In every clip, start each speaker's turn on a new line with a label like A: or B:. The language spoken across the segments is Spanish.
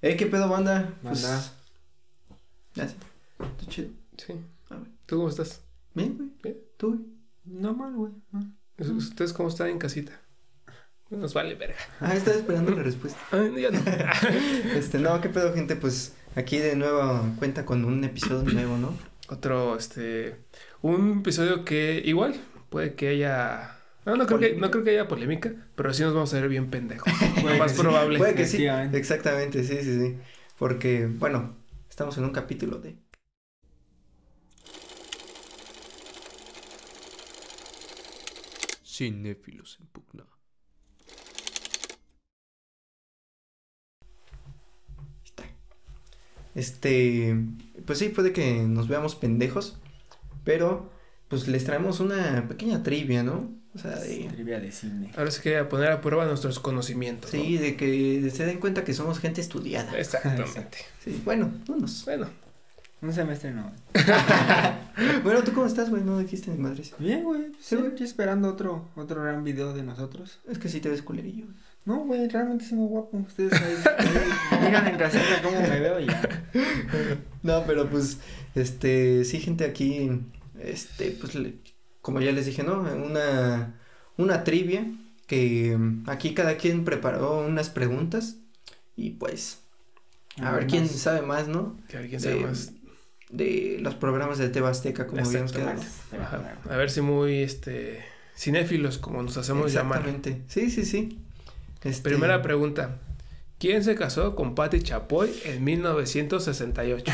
A: Eh, ¿qué pedo, banda? Pues,
B: Banda.
A: Gracias. Está chido.
B: Sí.
A: Ah, güey.
B: ¿Tú cómo estás?
A: Bien, güey.
B: Bien.
A: Tú, güey.
B: No mal, güey. ¿Ustedes cómo están en casita? Nos vale verga.
A: Ah, estaba esperando la respuesta.
B: Ay, ya no.
A: Este, no, ¿qué pedo, gente? Pues aquí de nuevo cuenta con un episodio nuevo, ¿no?
B: Otro, este. Un episodio que igual puede que haya. No, no creo que, no creo que haya polémica, pero sí nos vamos a ver bien pendejos. Lo
C: que
B: más
C: sí.
B: probable.
A: Puede que sí.
C: Efectivamente.
A: Exactamente, sí, sí, sí. Porque, bueno, estamos en un capítulo de. Cinéfilos en pugna. Está. Este. Pues sí, puede que nos veamos pendejos. Pero, pues les traemos una pequeña trivia, ¿no? O sea, de.
C: Trivia de cine.
B: Ahora sí que a poner a prueba nuestros conocimientos. ¿no?
A: Sí, Eh. de que se den cuenta que somos gente estudiada.
B: Exactamente.
A: Sí, bueno, unos.
B: Bueno,
C: Un semestre no.
A: Bueno, ¿tú cómo estás, güey? No dijiste ni madres.
C: Bien, güey. pues,
A: Sí,
C: Sí,
A: güey.
C: estoy esperando otro, otro gran video de nosotros.
A: Es que sí te ves culerillo. güey.
C: No, güey, realmente soy muy guapo. Ustedes ahí, ahí digan en casita cómo me veo y ya.
A: No, pero pues, este, sí, gente aquí, este, pues, le- como ya les dije, ¿no? Una, una trivia que mm, aquí cada quien preparó unas preguntas y pues, a ver quién
C: más.
A: sabe más, ¿no?
B: que alguien sabe
A: De-
B: más.
A: De los programas de Teba Azteca, como habíamos quedado.
B: Exactamente.
C: pues,
B: Ajá. A ver si muy este cinéfilos como nos hacemos llamar.
A: Exactamente. Sí, sí, sí. Este,
B: Primera pregunta. ¿Quién se casó con Patti Chapoy en 1968?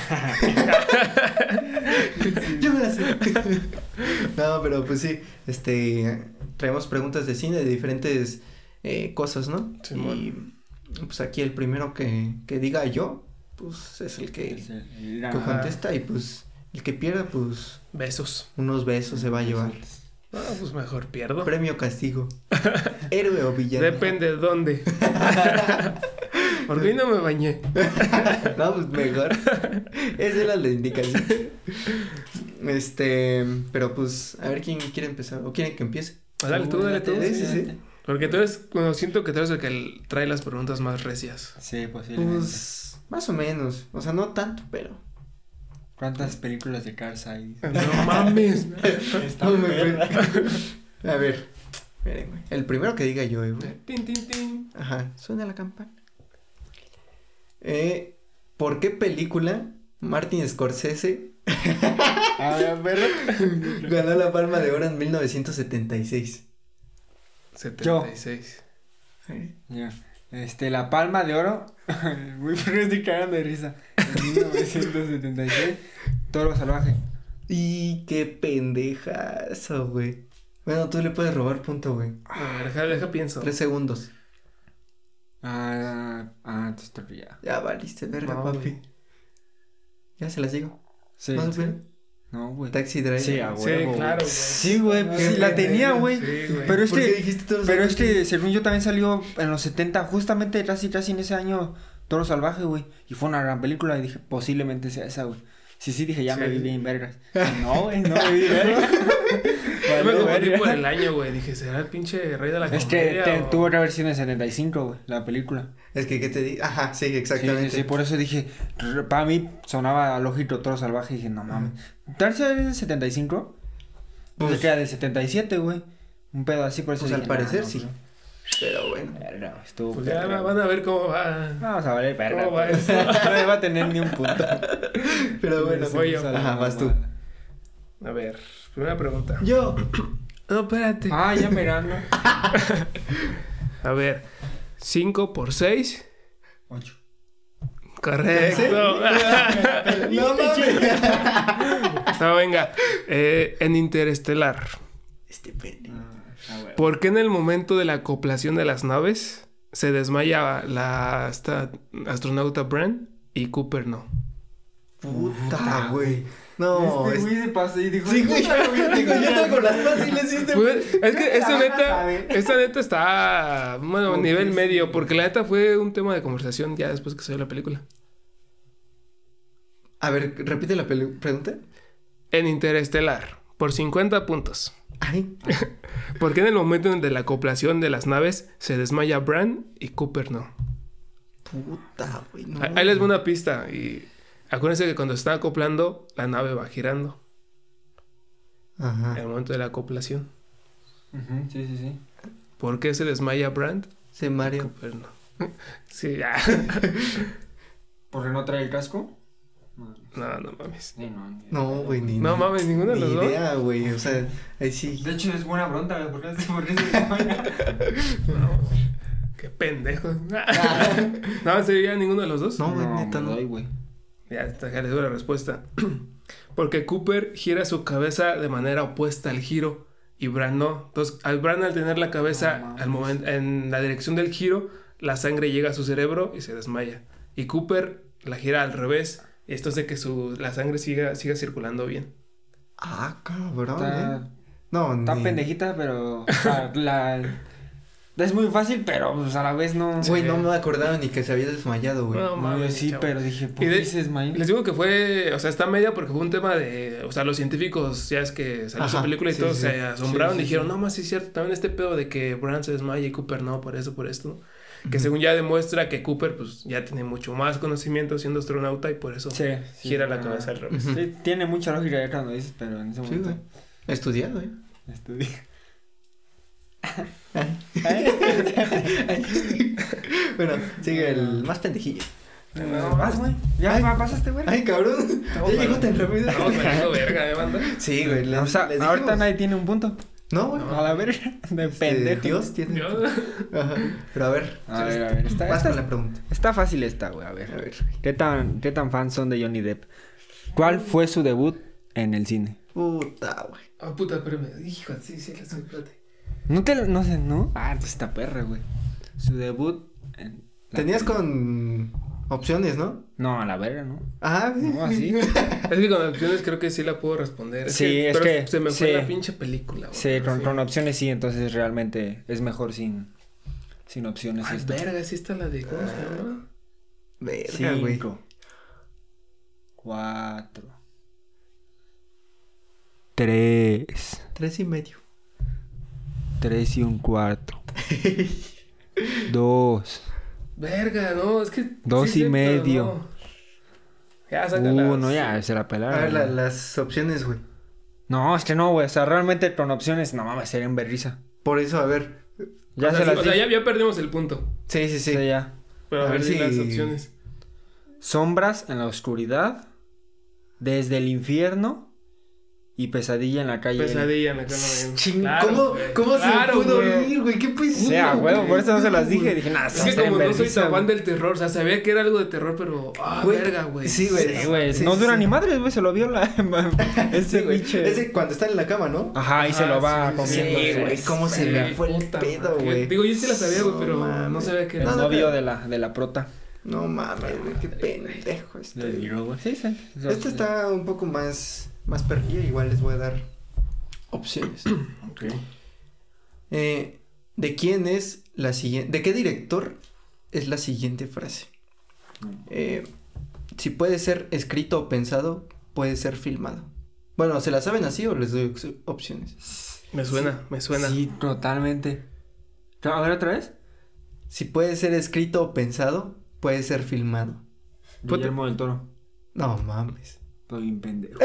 A: Yo me la sé. no, pero pues sí, este, traemos preguntas de cine de diferentes eh, cosas, ¿no?
B: Simón.
A: Y pues aquí el primero que, que diga yo, pues es el que,
C: Es el- el gran-
A: que
B: Ajá.
A: contesta y pues el que pierda, pues
B: Besos.
A: unos besos se va a llevar.
B: Ah, pues mejor pierdo.
A: Premio castigo. Héroe o villano.
B: Depende de dónde. Porque hoy no me bañé.
A: No, pues mejor. Esa era la indicación. Este, pero pues, a ver quién quiere empezar o quieren que empiece.
B: Pues Dale tú, dale tú.
A: Sí, sí, sí.
B: Porque tú eres, bueno, siento que tú eres el que l- trae las preguntas más recias.
C: Sí, posiblemente.
A: Pues, más o menos. O sea, no tanto, pero.
C: ¿Cuántas películas de Cars hay?
B: No mames.
C: Está
A: No me
C: perra.
A: A ver. Miren, güey. El primero que diga yo, eh, güey.
B: Tin, tin, tin.
A: Ajá. Suena la campana. Eh, ¿Por qué película Martin Scorsese
C: A ver, perro.
A: ganó la Palma de Oro en 1976?
B: 76.
A: Eh,
C: Ya. Este, La Palma de Oro. Muy frío, estoy cagando de risa. En 1976. Toro Salvaje.
A: Y qué pendejazo, güey. Bueno, tú le puedes robar punto, güey.
B: A ver, deja, deja pienso.
A: Tres segundos.
C: Ah, ah, te estoy ya.
A: Ya valiste, verga,
B: No,
A: papi.
B: güey.
A: Ya se las digo.
C: Sí.
A: ¿Más o menos?
C: No, güey.
A: Taxi Driver.
C: Sí, a
B: Sí,
C: huevo, güey.
B: claro, güey.
C: Sí, güey. pues,
A: Qué
C: sí, la tenía,
A: pendejo,
C: güey.
B: Sí, güey.
C: Pero es
A: ¿Por qué
C: que.
A: dijiste todos los
C: Pero es
A: nombres?
C: que, según yo, también salió en los 70, justamente casi, casi en ese año, Toro Salvaje, güey. Y fue una gran película y dije, posiblemente sea esa, güey. Sí, sí, dije, ya me
B: Sí.
C: vi bien vergas. No, güey, no me vi vergas.
B: Yo me
C: Valió
B: confundí
C: verga.
B: por el año, güey. Dije, ¿será el pinche rey de la
C: Es que
B: comedia
C: te-
B: o-
C: tuvo que haber sido en 75, güey, la película.
A: Es que, ¿qué te di? Ajá, sí,
C: Sí,
A: exactamente.
C: sí,
B: pues.
C: sí, por eso dije, r- para mí sonaba lógico Toro Salvaje y dije, no mames. ¿Tarsia es del 75? Pues
A: Pues-
C: que era del 77, güey. Un pedo así, por eso
A: Pues, al
C: dije,
A: parecer,
C: no, no,
A: sí.
C: no.
A: Pero bueno.
C: Verga, estuvo
B: Pues ya
C: perro.
B: van a ver cómo va.
C: Vamos a ver, verga.
B: ¿Cómo va
C: pues.
B: eso?
C: no iba a tener ni un punto.
A: Pero bueno,
B: Sí, voy yo.
A: Ajá, vas tú.
B: A ver, primera pregunta.
A: Yo.
B: No, espérate.
C: Ah, ya verano.
B: A ver, 5 por 6.
C: Ocho.
B: Correcto.
A: No
B: Este
A: mames.
B: no, venga. Eh, en Interestelar.
A: Este pendejo.
B: ¿Por qué en el momento de la acoplación de las naves se desmaya la esta astronauta Brand y Cooper no?
A: Puta, güey. No,
C: este
A: Oh, es.
C: güey se pasó y dijo...
A: Sí, güey.
C: "Nunca lo vi".
A: Digo, yo tengo las fáciles y este.
B: Pues, es que esta
C: la van a
B: neta,
C: saber.
B: esta neta está, bueno, a
C: Porque
B: nivel
C: sí.
B: medio, porque la neta fue un tema de conversación ya después que salió la película.
A: A ver, repite la pelu- pregunta.
B: En Interestelar, por 50 puntos.
A: Ay.
B: ¿Por qué en el momento de la acoplación de las naves se desmaya Bran y Cooper no?
A: Puta, güey. no.
B: Ahí ahí les voy una pista. Y acuérdense que cuando están acoplando, la nave va girando. En
A: Ajá.
B: el momento de la acoplación.
C: Ujú, Sí, sí, sí.
B: ¿Por qué se desmaya Brand?
A: Sí, Mario.
B: Pues no. Sí, ya.
C: ¿Porque no trae el casco? No.
B: No, no mames.
C: Sí, no, ni-
A: No, güey, ni
B: No
A: ni-
B: mames, ninguno de
A: Ni
B: los dos.
A: idea, güey. O sea, ahí sí.
C: De hecho, es buena pregunta, güey. ¿Por qué, por qué se
B: No. Qué pendejo.
A: Ah.
B: no, en serio, ya ninguno de los dos.
A: No, güey, neta, no.
C: doy, güey.
B: Ya, hasta que les doy la respuesta. Porque Cooper gira su cabeza de manera opuesta al giro y Bran no. Entonces, al Bran al tener la
C: No
B: cabeza
C: mames.
B: al momento, en la dirección del giro, la sangre llega a su cerebro y se desmaya. Y Cooper la gira al revés. Esto hace que su, la sangre siga, siga circulando bien.
A: Ah, cabrón, eh.
C: Está,
A: No,
C: está
A: ni-
C: pendejita, pero. o sea, la- Es muy fácil, pero pues, a la vez no.
A: Güey, no me acordaba ni que se había desmayado, güey.
C: No,
B: No, mames,
C: sí,
B: chavo.
C: pero dije, ¿por
B: Y de-
C: qué dices, man?
B: Les digo que fue, o sea, está media porque fue un tema de, o sea, los científicos, ya es que salió
A: Ajá,
B: esa película y
A: sí,
B: todos
A: sí, sí.
B: se asombraron
C: Sí, sí,
B: y dijeron,
C: sí.
B: no más, sí es cierto, también este pedo de que Bran se desmaya y Cooper no, por eso, por esto, ¿no? que según ya demuestra que Cooper, pues, ya tiene mucho más conocimiento siendo astronauta y por eso
C: Sí, sí,
B: gira la
C: ah,
B: cabeza al revés.
A: Ujú.
C: Sí, tiene mucha lógica ya cuando dices, pero en ese
A: Sí,
C: momento. este,
A: güey. Estudiado, eh.
C: Estudié. ¿Eh?
A: bueno, sigue el más pendejillo.
B: No,
C: Vas, güey. Ya
A: Ay.
C: pa- pasaste, güey.
A: Ay, cabrón.
B: Estamos
A: ya llegó
B: mal-
A: tan rápido.
B: Estamos valiendo verga, ¿eh, banda?
A: Sí, güey. les-
C: O sea,
A: les dijimos.
C: ahorita nadie tiene un punto.
A: No, güey.
C: A la verga. De
A: Este,
C: pendejo.
A: Dios tiene.
B: Yo-
A: Ajá. Pero a ver.
C: A ver, a ver. Está,
A: Vas con
C: está,
A: la pregunta.
C: está fácil esta, güey. A
A: A
C: ver.
A: ver.
C: ¿Qué tan, ¿Qué tan fans son de Johnny Depp? ¿Cuál fue su debut en el cine?
A: Puta, güey.
B: Ah, puta, espérame. Hijo, sí, sí, la estoy, espérate.
C: No te... No sé, ¿no? Ah, entonces está perra, güey. Su debut en... la
A: Tenías
C: peli-
A: con opciones, ¿no?
C: No, a la verga, ¿no.
A: Ah,
C: No, así.
B: Es que con opciones creo que sí la puedo responder.
C: Sí, es
B: pero
C: que-
B: se me fue
C: sí.
B: la pinche película. güey.
C: Sí, con,
B: Sí.
C: con opciones sí, entonces realmente es mejor sin... Sin opciones
B: Ay,
C: esto.
B: verga, sí está la de... ¿Cómo se llama?
A: Verga, güey.
C: Cinco. Cuatro. Tres.
A: Tres y medio.
C: Tres y un cuarto. Dos.
B: Verga, no, es que.
C: Dos
B: sí
C: y
B: sé, pero
C: medio.
B: no. Ya, sácala.
C: Uno, ya, se la
A: A
C: pelaron.
A: ver la- las opciones, güey.
C: No, es que no, güey. O sea, realmente con opciones, no mames, serían berriza.
A: Por eso, a ver.
C: Ya
B: o sea,
C: se
B: sí,
C: las
B: o sea,
C: di.
B: ya, ya perdimos el punto.
A: Sí, sí, sí.
C: Sí, ya.
B: Pero a,
A: A
B: ver
A: ver
B: si
A: si-
B: las opciones.
C: Sombras en la oscuridad. Desde el infierno. Y pesadilla en la calle.
B: Pesadilla en la cama. güey.
A: Ching,
B: Claro,
A: ¿Cómo,
B: güey.
A: cómo
B: Claro,
A: se me pudo
B: güey.
A: ir, güey? ¿Qué
C: O
A: pesadilla?
C: sea, güey, por eso no se las dije.
A: güey.
C: Dije, nada,
B: Es que como no soy tan fan del terror, o sea, sabía que era algo de terror, pero. ¡Ah,
A: Güey,
B: verga, güey!
A: sí, güey.
C: Sí, güey,
A: Sí,
C: no
A: sí,
C: dura
A: sí.
C: ni madres, güey, se lo vio la...
A: Sí,
C: ese
A: güey.
C: pinche-
A: Ese cuando está en la cama, ¿no?
C: Ajá, y se
B: Ajá,
C: lo va
B: Ah, sí,
C: comiendo.
A: sí, güey, cómo se me
B: Sí,
A: fue el
B: puta
A: pedo,
B: madre.
A: güey.
B: Digo, yo sí la sabía, güey,
A: No
B: pero no
A: mames.
B: sabía que
C: El
B: era.
A: No, no,
C: novio
A: pero-
C: de la, de la prota.
A: No mames, güey, qué pendejo estoy.
C: Sí, sí.
A: Este está un poco más, más perdido, igual les voy a dar opciones. Eh, ¿De quién es la siguiente? ¿De qué director es la siguiente frase? Eh, si puede ser escrito o pensado, puede ser filmado. Bueno, ¿se la saben así o les doy ox- opciones?
B: Me suena, me suena.
C: Sí, totalmente. A ver, ¿otra vez?
A: Si puede ser escrito o pensado, puede ser filmado.
B: Puta.
C: Guillermo del Toro.
A: No mames.
C: Estoy bien pendejo.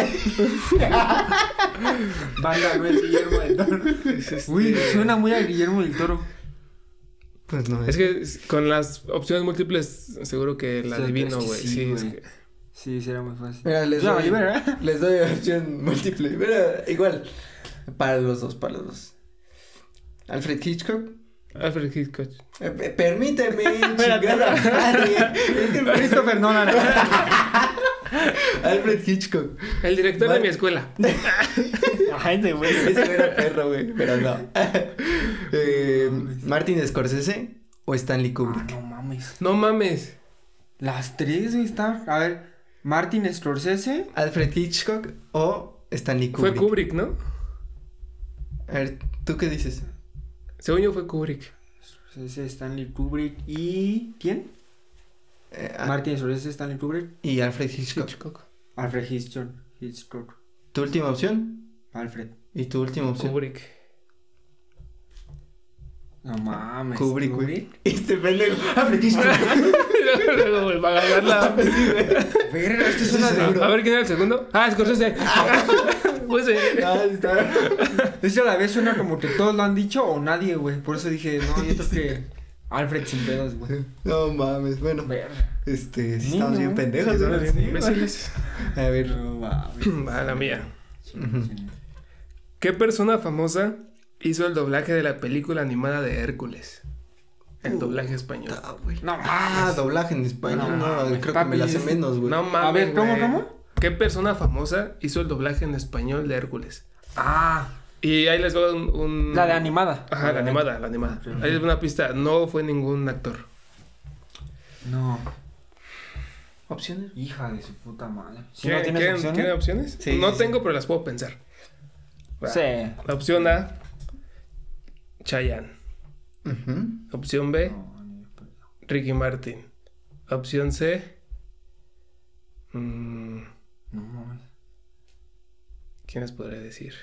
C: Vaya, no es Guillermo del Toro.
B: Este-
C: Uy, suena muy a Guillermo del Toro.
A: Pues no
B: Es que es- con las opciones múltiples, seguro que la
C: Sí,
B: adivino,
C: es que
B: güey.
C: sí,
B: Sí, es
C: güey.
B: que-
C: Sí, será muy fácil.
A: Mira, les
C: Ya,
A: doy,
C: yo, ¿verdad?
A: les doy opción múltiple. Mira, igual. Para los dos, para los dos. Alfred Hitchcock.
B: Alfred Hitchcock.
A: Eh, pe- permíteme, chingada madre. Es que me-
C: Christopher Nolan.
A: Alfred Hitchcock.
B: El director
A: Vale.
B: de mi escuela.
C: Ay, de güey.
A: Ese güey era perro, güey. Pero no. Eh, Martin Scorsese o Stanley
C: Ah,
A: Kubrick.
C: no mames.
B: No mames.
C: Las tres, güey, está... A ver, Martin Scorsese...
A: Alfred Hitchcock o Stanley Kubrick.
B: Fue Kubrick, ¿no?
A: A ver, ¿tú qué dices?
B: Según yo fue Kubrick.
C: Scorsese, Stanley Kubrick y... ¿Quién?
A: Eh,
B: Ah.
C: Martin Martin Scorsese, Stanley Kubrick,
A: y Alfred Hitchcock.
B: Hitchcock.
C: Alfred Hitchcock, Hitchcock,
A: ¿Tu última opción?
C: Alfred.
A: ¿Y tu última opción?
B: Kubrick.
C: No mames.
A: Kubrick, güey. Este pendejo. Alfred Hitchcock.
B: luego, luego, güey, va a ganar la.
C: Verga, esto es
A: Sí,
C: una
A: sí.
C: de...
A: Seguro.
B: A ver quién era el segundo. Ah, Scorsese. pues eh,
A: Ah, está.
C: De hecho, a la vez suena como que todos lo han dicho o nadie, güey. Por eso dije, no, yo creo que Alfred sin pedos, güey.
A: No mames, bueno.
C: Verga.
A: Este, sí
C: Ni
A: estamos
C: no.
A: bien pendejos,
C: Sí,
A: ¿no?
C: estamos bien
B: imbéciles.
A: A ver.
C: No mames.
B: Va la mía.
A: Ujú.
B: ¿Qué persona famosa hizo el doblaje de la película animada de Hércules? El doblaje español.
A: Ah, güey.
C: No
A: Ah,
C: mames.
A: doblaje en español.
C: No,
A: No,
C: güey,
A: creo que me la sé
C: papi.
A: menos, güey.
B: No mames.
C: A ver, ¿cómo,
B: güey.
C: cómo?
B: ¿Qué persona famosa hizo el doblaje en español de Hércules?
C: Ah,
B: Y ahí les va un. un-
C: la de animada.
B: Ajá, la animada, la animada. Ahí les va una pista. No fue ningún actor.
C: No.
A: ¿Opciones?
C: Hija de su puta madre. Si
B: ¿Quieren-
C: no tienes
B: quieren-
C: opciones.
B: ¿Tienen opciones?
A: Sí,
B: no
A: sí,
B: tengo, pero las puedo pensar. Va.
C: Sí.
B: La opción A, Chayanne.
A: Ujú.
B: Opción B, Ricky Martin. Opción C, mm,
C: No mames.
B: ¿quién les podría decir?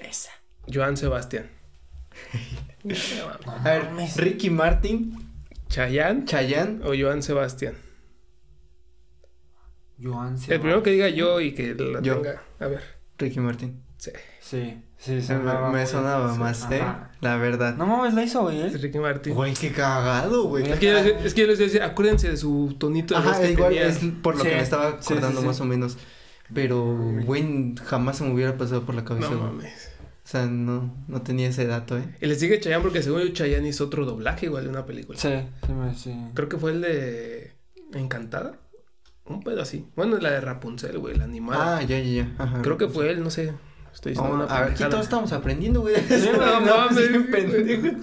A: Esa.
B: Joan Sebastián.
A: A ver, Ricky Martin,
B: ¿Chayanne
A: Chayanne.
B: o Joan Sebastián?
C: Joan se
B: El primero que diga yo y que la
A: Yo.
B: tenga. A ver.
A: Ricky Martin.
B: Sí.
C: ¿Eh? Sí, sí,
A: Se me, me sonaba
C: Ah, sí,
A: más, ¿eh?
C: ajá.
A: La verdad.
C: No mames, la hizo, güey.
B: Es
C: ¿eh?
B: Ricky Martin.
A: Güey, qué cagado, güey.
B: Es que, yo les, es que yo les decía, acuérdense de su tonito de voz
A: Ajá,
B: que
A: igual
B: tenía.
A: es por lo
C: Sí,
A: que me estaba
C: sí, sí,
A: acordando
C: sí.
A: más o menos. Pero, güey, jamás se me hubiera pasado por la cabeza.
B: No
A: güey.
B: mames.
A: O sea, no, no tenía ese dato, ¿eh?
B: Y les sigue Chayanne porque según yo Chayanne hizo otro doblaje igual de una película.
C: Sí, sí, me, sí.
B: Creo que fue el de Encantada. Un pedo así. Bueno, la de Rapunzel, güey, la animada.
A: Ah, ya, ya, ya. Ajá.
B: Creo que fue él, no sé. Estoy
A: Oh,
B: diciendo una
A: a ver, aquí
B: pendejada.
A: todos estamos aprendiendo, güey.
B: no mames,
A: bien
B: güey.
A: pendejo.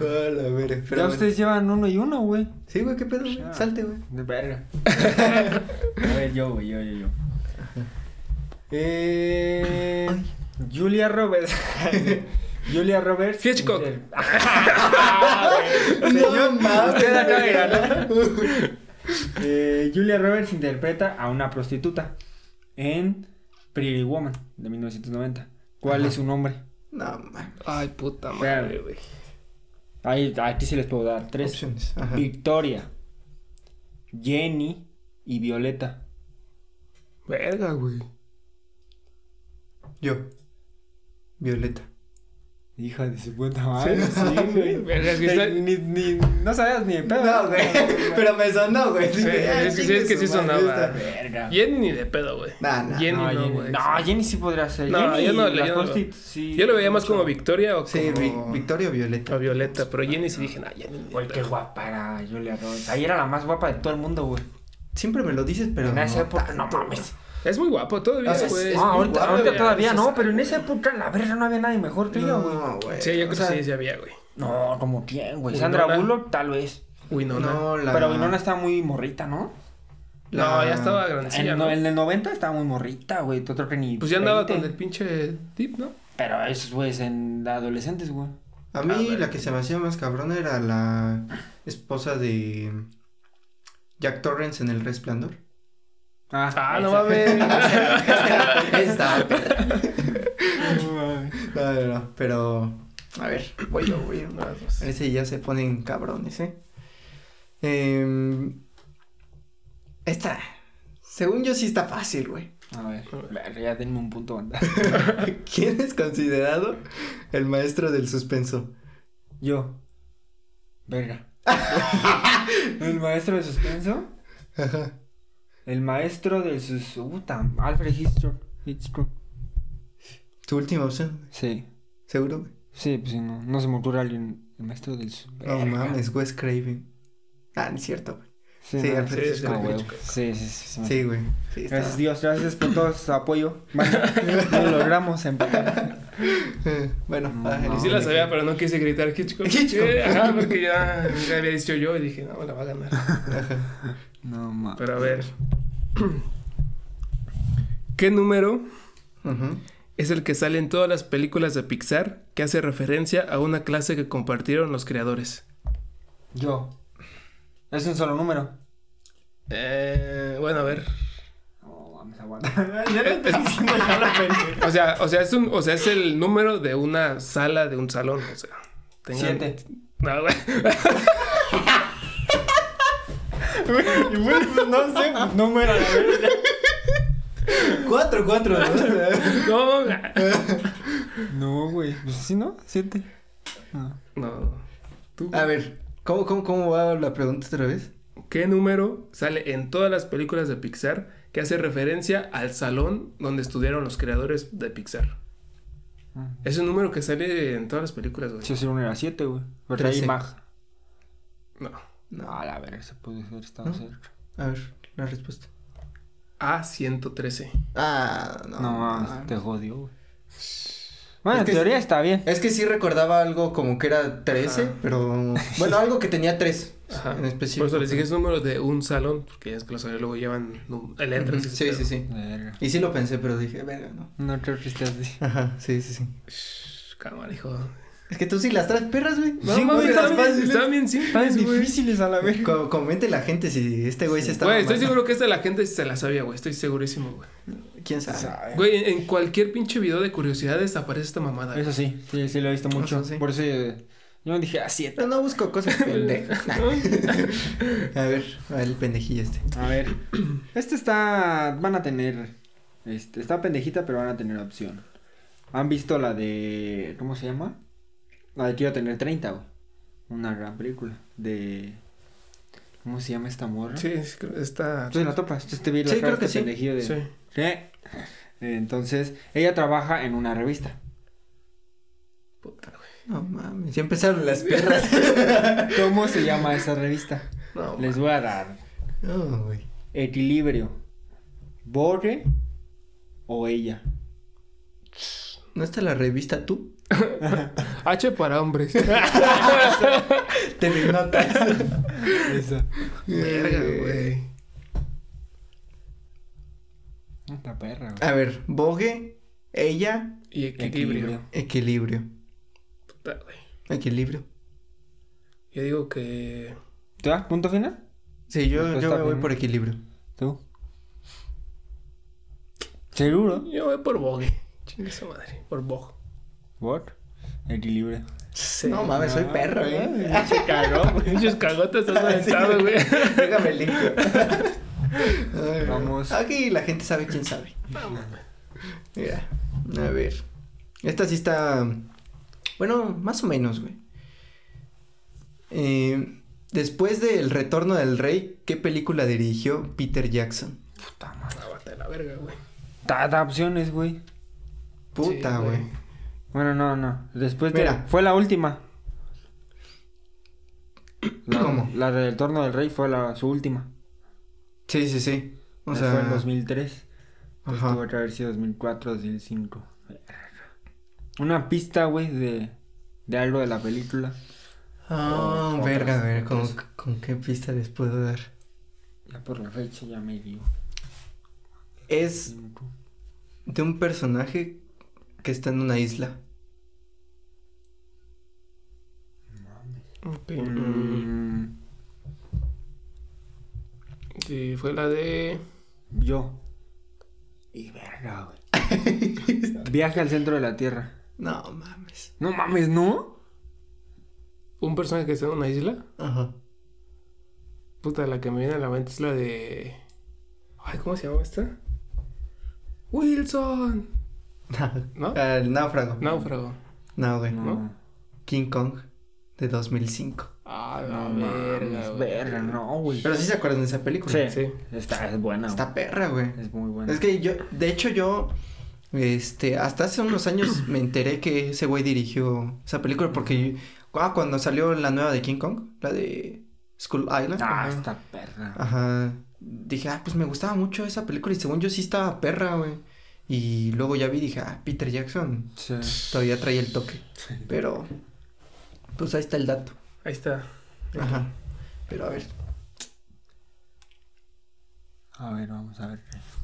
A: A la verga. Pero
C: ya
A: bueno.
C: ustedes llevan uno y uno, güey.
A: Sí, güey, qué pedo, güey.
C: Ah.
A: Salte, güey.
C: De verga. A ver, yo, güey, yo, yo, yo. Eh, Julia Roberts. Julia Roberts.
B: Hitchcock.
A: No mames.
C: Ah, usted acaba de ganar. Eh, Julia Roberts interpreta a una prostituta en Pretty Woman de 1990. ¿Cuál
A: Ajá.
C: es su nombre?
A: No mames.
B: Ay, puta madre,
C: Espérame.
B: güey.
C: Ahí, aquí se les puedo dar tres.
A: Opciones. Ajá.
C: Victoria, Jenny y Violeta.
B: Verga, güey.
A: Yo. Violeta.
C: Hija de su puta madre. Sí, güey.
B: Verga, es que está-
C: Ni- ni- ni- no sabías ni de pedo.
A: No, güey. Pero me sonó, güey.
B: Sí,
A: Dije, ah,
B: es que sí,
A: chingue
B: es que
A: su
B: sí
A: madre,
B: sonaba.
A: esta.
C: Verga.
B: Jenny ni de pedo, güey.
A: Nah, nah.
B: Jenny
C: no,
B: no,
C: Jenny.
B: güey.
C: no, Jenny sí podría ser.
B: No,
C: Jenny,
B: yo no le-
C: las
B: yo no-
C: prosti- sí.
B: Yo lo veía más como Victoria o
A: Sí, Vi-
B: como
A: Victoria o
B: a
A: Violeta.
B: Violeta, pero Jenny sí dije, nah, Jenny. ni de
C: Güey, qué
B: pedo".
C: guapa era Julia Roberts. Ahí era la más guapa de todo el mundo, güey.
A: Siempre me lo dices, pero.
C: en esa
A: no
C: época,
A: tanto,
C: no mames.
B: Es muy guapo todavía,
A: Ah, es-
B: güey.
A: es
C: Ah,
A: muy
C: ahorita,
A: guapa,
C: ahorita
B: güey,
C: todavía
B: es-
C: no, pero en esa época, la verga, no había nadie mejor que ella, güey.
A: No, güey.
B: Sí, yo creo que
C: sea-
B: sí, sí había, güey.
C: No, como quién, güey.
B: Winona.
C: Sandra Bullock, tal vez.
B: Winona.
A: No,
B: No,
A: la.
C: Pero Winona está muy morrita, ¿no?
A: la-
B: ya estaba grandecilla,
C: En,
B: ¿no?
C: en el 90 estaba muy morrita, güey. Te otro que ni.
B: Pues ya andaba
C: 20.
B: con el pinche tip, ¿no?
C: Pero esos güeyes en adolescentes, güey.
A: A mí
B: Ah,
A: la que se me hacía más cabrona era la esposa de Jack Torrance en El Resplandor.
B: Ah, no
C: esa.
B: mames.
A: Esta. No, no, no, pero a ver, voy yo, voy yo. A veces ya se ponen cabrones, ¿eh? Em, esta. Según yo sí está fácil, güey.
C: A ver, verga, ya denme un punto, banda.
A: ¿Quién es considerado el maestro del suspenso?
C: Yo. Verga. el maestro de suspenso.
A: Ajá.
C: El maestro de sus. Puta, Alfred Hitchcock. Hitchcock.
A: Tu última opción,
C: Sí.
A: seguro, güey.
C: Sí, pues sí, no, no se me ocurre alguien. El maestro del. sus-
A: No
C: Verga.
A: mames, Wes Craven. Ah, no es cierto, güey.
C: Sí,
A: Sí,
C: no,
A: Alfred
C: sí,
B: Hitchcock.
C: ah, güey. Sí, sí, sí. se me-
A: Sí, güey. Sí, está.
C: Gracias Dios, gracias por todo su apoyo. Bueno, lo logramos empatar.
A: Eh, bueno,
C: No,
A: ah,
C: no.
B: Sí la sabía, pero no quise gritar Hitchcock.
A: Hitchcock.
B: Eh, Ajá, porque ya, ya había dicho yo y dije, no, la va a ganar.
A: Ajá.
C: No mames.
B: Pero a ver. ¿Qué número
A: Ujú.
B: es el que sale en todas las películas de Pixar que hace referencia a una clase que compartieron los creadores?
C: Yo. Es un solo número.
B: Eh, bueno, a ver.
C: No mames, aguanta. ya le estoy diciendo ya la pendeja.
B: O sea, o sea, es un, o sea, es el número de una sala de un salón, o sea. tengan-
C: Siete.
B: No, güey.
C: Y güey, pues, no sé, pues, número, a la verga.
A: Cuatro, cuatro, ¿no?
B: No,
C: No, güey. Pues sí, ¿no? Siete. No.
B: no. Tú,
A: A ver, ¿cómo, cómo, cómo va la pregunta otra vez?
B: ¿Qué número sale en todas las películas de Pixar que hace referencia al salón donde estudiaron los creadores de Pixar?
C: Ah.
B: Es un número que sale en todas las películas, güey.
C: Sí, sí, uno era siete, güey. Pero
A: Trece.
C: ahí Mag.
B: No.
C: No, a la verga, se puede haber estado
A: ¿No?
C: cerca.
A: A ver, la respuesta.
B: A113.
A: Ah, no.
C: No, mames,
A: ah.
C: te jodió, güey. Bueno,
A: Es que
C: en teoría
A: sí.
C: está bien.
A: Es que sí recordaba algo como que era 13,
B: Ajá.
A: pero... Bueno, algo que tenía 3
B: Ajá.
A: en específico.
B: Por eso les dije es número de un salón, porque ya es que los salones luego llevan num-
A: Ujú,
B: letras. y ese
A: Sí,
B: pedo.
A: sí, sí.
C: Verga.
A: Y sí lo pensé, pero dije, verga, no.
C: No creo que estés así.
A: Ajá, sí, sí, sí.
B: Shh, Cámara, hijo.
A: Es que tú sí las traes perras, güey. ¿eh?
B: No,
A: Sí,
B: mames,
A: güey, las
B: están bien,
A: fáciles.
B: están bien simples,
C: Están
B: güey.
C: difíciles a la verga.
A: Co- Comente la gente si este güey se está...
B: Güey, estoy
A: mamando.
B: seguro que esta la gente se la sabía, güey. Estoy segurísimo, güey.
A: ¿Quién sabe?
B: Güey, en- en cualquier pinche video de curiosidades aparece esta mamada.
C: Eso sí, sí, sí lo he visto mucho.
A: Eso sí.
C: Por eso eh, yo me dije, a siete.
A: Pero no busco cosas pendejas. Nah. A ver, el pendejillo este.
C: A ver, este está, van a tener, este, está pendejita, pero van a tener opción. ¿Han visto la de, cómo se llama? La de Quiero Tener 30, güey. Una gran película de, ¿cómo se llama esta morra?
B: Sí, sí, creo- está.
C: ¿Tú sí la topas? Yo te vi la
A: Sí, creo
C: cara
A: que
C: de este
A: sí.
C: pendejillo de-
B: Sí.
C: Sí. Entonces, ella trabaja en una revista.
B: Puta, güey.
A: No mames, ya empezaron las perras.
C: ¿Cómo se llama esa revista?
B: No,
C: Les voy a dar
A: No, güey.
C: equilibrio. Borre o ella.
A: ¿No está la revista tú?
B: H para hombres.
A: Te me notas.
C: Esa.
B: Verga, güey.
C: Puta perra, güey.
A: A ver, Bogue, ella,
B: Y equilibrio.
C: Equilibrio.
A: equilibrio.
B: Puta, güey.
A: Equilibrio.
B: Yo digo que.
C: ¿Te das punto final?
A: Sí, yo, yo
C: Respuesta
A: me voy
C: final.
A: por equilibrio.
C: ¿Tú? ¿Seguro?
B: Yo voy por Bogue. Chingue su madre. Por Bog.
C: ¿What? Equilibrio. Ah,
A: no mames, soy perro, ¿eh? güey.
C: Se cagó, güey.
B: Muchos cagotes estás aventado, güey.
A: Déjame limpio. Ay,
C: Vamos.
A: Aquí la gente sabe quién sabe. Mira, a ver. Esta sí está. Bueno, más o menos, güey. Eh, después del retorno del rey, ¿qué película dirigió Peter Jackson?
C: Puta madre.
B: Ah, bate la verga, güey.
C: Da, da opciones, güey.
A: Puta,
B: Sí,
A: güey.
B: güey.
C: Bueno, no, no. Después de...
A: Mira.
C: Fue la última. La-
A: ¿Cómo?
C: La del Torno del Rey fue la, su última.
A: sí, sí, sí. O
C: Eh,
A: sea,
C: Fue en 2003. Entonces
A: Ajá.
C: tuvo que haber sido 2004, 2005. Una pista, güey, de, de algo de la película.
A: Ah,
C: Otras,
A: verga, a ver, ¿con,
C: otras.
A: con qué pista les puedo dar?
C: Ya por la fecha ya me dio.
A: Es de un personaje que está en una isla.
B: Ok.
C: Mm,
B: Sí, fue la de.
C: yo. Y verga, güey. Viaje al centro de la Tierra.
A: No mames.
C: No mames, ¿no?
B: Un personaje que está en una isla.
A: Ajá.
B: Puta, la que me viene a la mente es la de. Ay, ¿cómo se llama esta? Wilson. ¿No?
A: El náufrago. No,
B: Náufrago.
A: güey.
B: ¿No?
A: King Kong de 2005.
B: Ah,
C: No,
B: la
C: verga,
B: verga, güey.
C: verga, no, güey.
A: Pero sí se acuerdan de esa película.
C: Sí,
B: Sí.
C: Está, es buena. güey.
A: Está perra, güey.
C: Es muy buena.
A: Es que yo, de hecho yo, este, hasta hace unos años me enteré que ese güey dirigió esa película porque, ah, cuando salió la nueva de King Kong, la de School Island.
C: Ah,
A: ajá.
C: esta perra.
A: Ajá. Dije, ah, pues me gustaba mucho esa película y según yo sí estaba perra, güey. Y luego ya vi, dije, ah, Peter Jackson
C: Sí.
A: todavía traía el toque. Pero, pues ahí está el dato.
B: Ahí está.
A: Ajá. Pero a ver,
C: A ver, vamos a ver.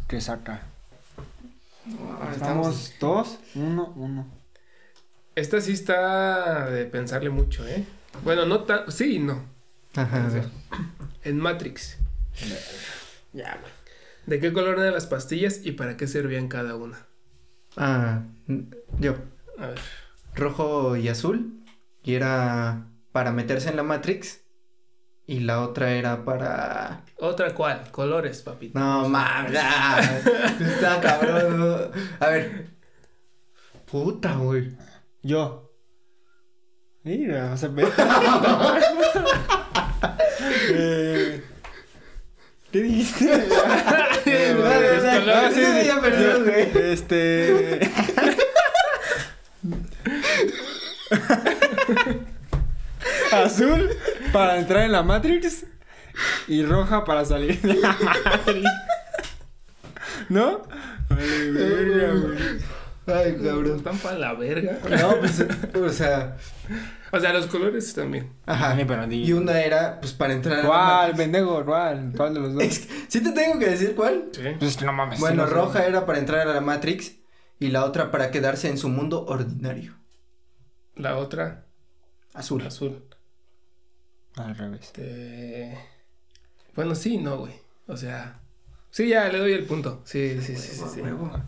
C: ¿Qué saca?
A: ahora estamos...
C: Estamos dos, uno, uno.
B: Esta sí está de pensarle mucho, ¿eh? Bueno, no tan. Sí y no.
A: Ajá, a ver.
B: En Matrix. Ya, güey. ¿De qué color eran las pastillas y para qué servían cada una?
A: Ah, yo.
B: A ver.
A: Rojo y azul, Y era para meterse en la Matrix. Y la otra era para.
B: ¿Otra cuál? Colores, papito.
A: No mames. ah, Está cabrón. A ver. Puta, güey.
C: Yo. Mira, vas a ver. Eh, ¿Qué dijiste?
B: Dale,
A: Dale, dale.
B: dale.
A: Ah, sí, sí, ya perdió, güey.
C: Este. Azul para entrar en la Matrix y roja para salir de la Matrix. ¿No? Vale, verga, güey.
A: Ay, cabrón.
B: Están para la verga.
A: No, pues, o sea.
B: O sea, los colores también.
A: Ajá.
C: Ni para ti.
A: Y una era, pues, para entrar a la
C: ¿Cuál,
A: Matrix.
C: pendejo? ¿Cuál? ¿Cuál de los dos?
A: Es que- ¿Sí te tengo que decir cuál?
B: Sí.
C: Pues que no mames.
A: Bueno,
C: no sé.
A: roja era para entrar a la Matrix y la otra para quedarse en su mundo ordinario.
B: La otra,
A: Azul.
B: azul.
C: Al revés.
B: Este... Bueno, sí, no, güey. O sea. Sí, ya le doy el punto. Sí, sí, sí, sí. sí.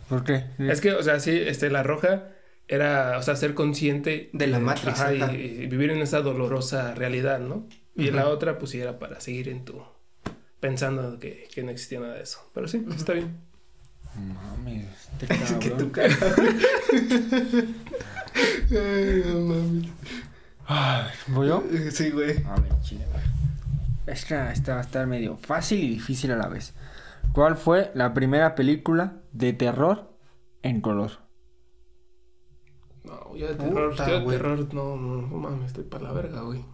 C: ¿Por qué?
B: Es que, o sea, sí, este, la roja era, o sea, ser consciente
A: De la Matrix.
B: ajá, y,
A: Eh, ajá.
B: y vivir en esa dolorosa realidad, ¿no? Y
A: Ujú.
B: la otra, pues sí, era para seguir en tu. pensando que, que no existía nada de eso. Pero sí, está bien.
C: Mames. este
A: Es que
C: cabrón.
A: tu cara. Ay, no mames.
C: Ay, ¿Voy yo?
A: Eh, Sí, güey.
C: A ver, chile, güey. Esta, esta va a estar medio fácil y difícil a la vez. ¿Cuál fue la primera película de terror en color?
B: No, yo de
A: Puta,
B: terror, yo de
A: güey.
B: terror, no, no, no mames, estoy para la verga, güey.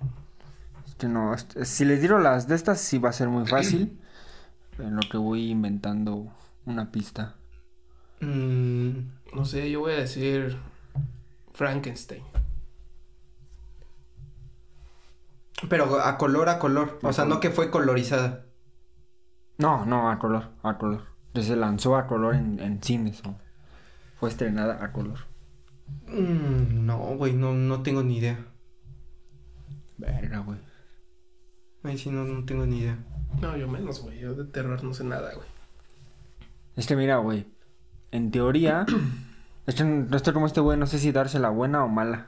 C: Es que no, es- es- si les digo las de estas, sí va a ser muy fácil. en lo que voy inventando una pista.
A: Mm,
B: No sé, yo voy a decir. Frankenstein.
A: pero a color, a color. O sea, no que fue colorizada.
C: No, no, a color, a color. Que se lanzó a color en, en cines. ¿no? Fue estrenada a color.
A: Mm, no, güey, no, no tengo ni idea.
C: Verga, güey.
A: Ay, sí, no, no tengo ni idea.
B: No, yo menos, güey. Yo de terror no sé nada, güey.
C: Es que mira, güey. En teoría. es que no estoy como este güey, no sé si dársela buena o mala.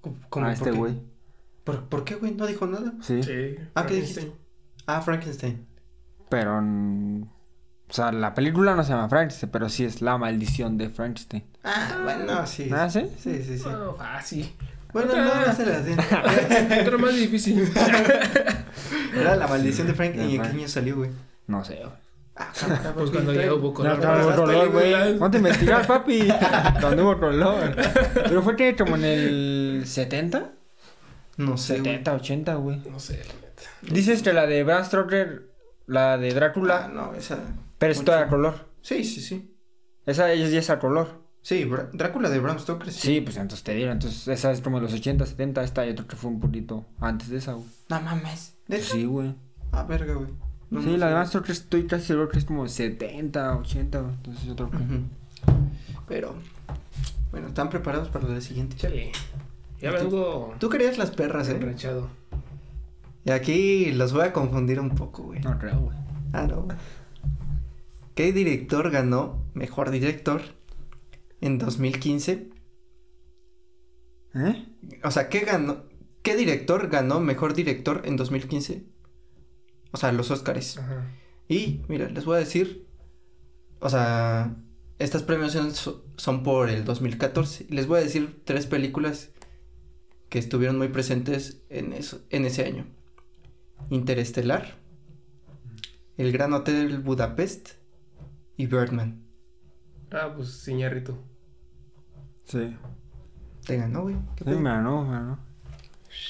A: ¿Cómo- cómo?
C: a
A: ¿Por
C: este
A: qué?
C: güey.
A: ¿Por, por qué, güey? No dijo nada.
C: Sí.
B: Sí.
A: Ah, ¿qué
B: Frankenstein.
A: Ah, Frankenstein.
C: Pero. mm, O sea, la película no se llama Frankenstein, pero sí es La Maldición de Frankenstein.
A: Ah, bueno, sí.
C: ¿Ah, sí?
A: Sí, sí, sí.
B: No, fácil.
A: Bueno, no, no se las den.
B: Otro más difícil.
A: Era la maldición de Frank. ¿Y en qué
C: Ajá.
A: año salió, güey?
C: No sé, güey.
A: Ah, cabrón.
B: pues cuando ya hubo color.
A: ya hubo
B: Las
A: color,
B: películas.
C: Ponte a investigar, papi. Donde hubo color. Pero fue que como en el 70?
A: No sé, güey.
C: 70, 80, güey.
B: No sé, la neta.
C: Dices que este, la de Bram Stoker, la de
A: Ah,
C: Drácula,
A: no, esa.
C: pero es toda a color.
A: Sí, sí, sí.
C: Esa ella sí es a color.
A: Sí, Bra- Drácula de Bram Stoker. Sí.
C: Sí, pues entonces te digo, entonces esa es como de los 80, 70, esta y otra que fue un poquito antes de esa, güey.
A: No mames. ¿De
C: Pues Sí, güey.
A: Ah, verga, güey. No,
C: sí,
A: no
C: la
A: sé.
C: de Master que estoy casi seguro que es como 70, 80, güey. Entonces yo creo que...
A: Ujú. Pero. Bueno, ¿están preparados para la siguiente?
B: Chale. Ya
A: ¿Y tú?
B: vengo
A: Tú querías las perras, ¿eh?
B: enrachado.
A: Y aquí los voy a confundir un poco, güey.
C: No creo, güey.
A: Ah, no. ¿Qué director ganó Mejor Director en 2015?
C: ¿Eh?
A: O sea, ¿qué ganó? ¿Qué director ganó Mejor Director en 2015? O sea, los Óscares.
B: Ajá.
A: Y, mira, les voy a decir. O sea, estas premiaciones so- son por el 2014. Les voy a decir tres películas que estuvieron muy presentes en, eso, en ese año: Interestelar, El Gran Hotel Budapest y Birdman.
B: Ah, pues Iñárritu.
C: Sí.
A: Te ganó, güey. ¿Qué
C: Sí,
A: pedo?
C: me ganó, me ganó.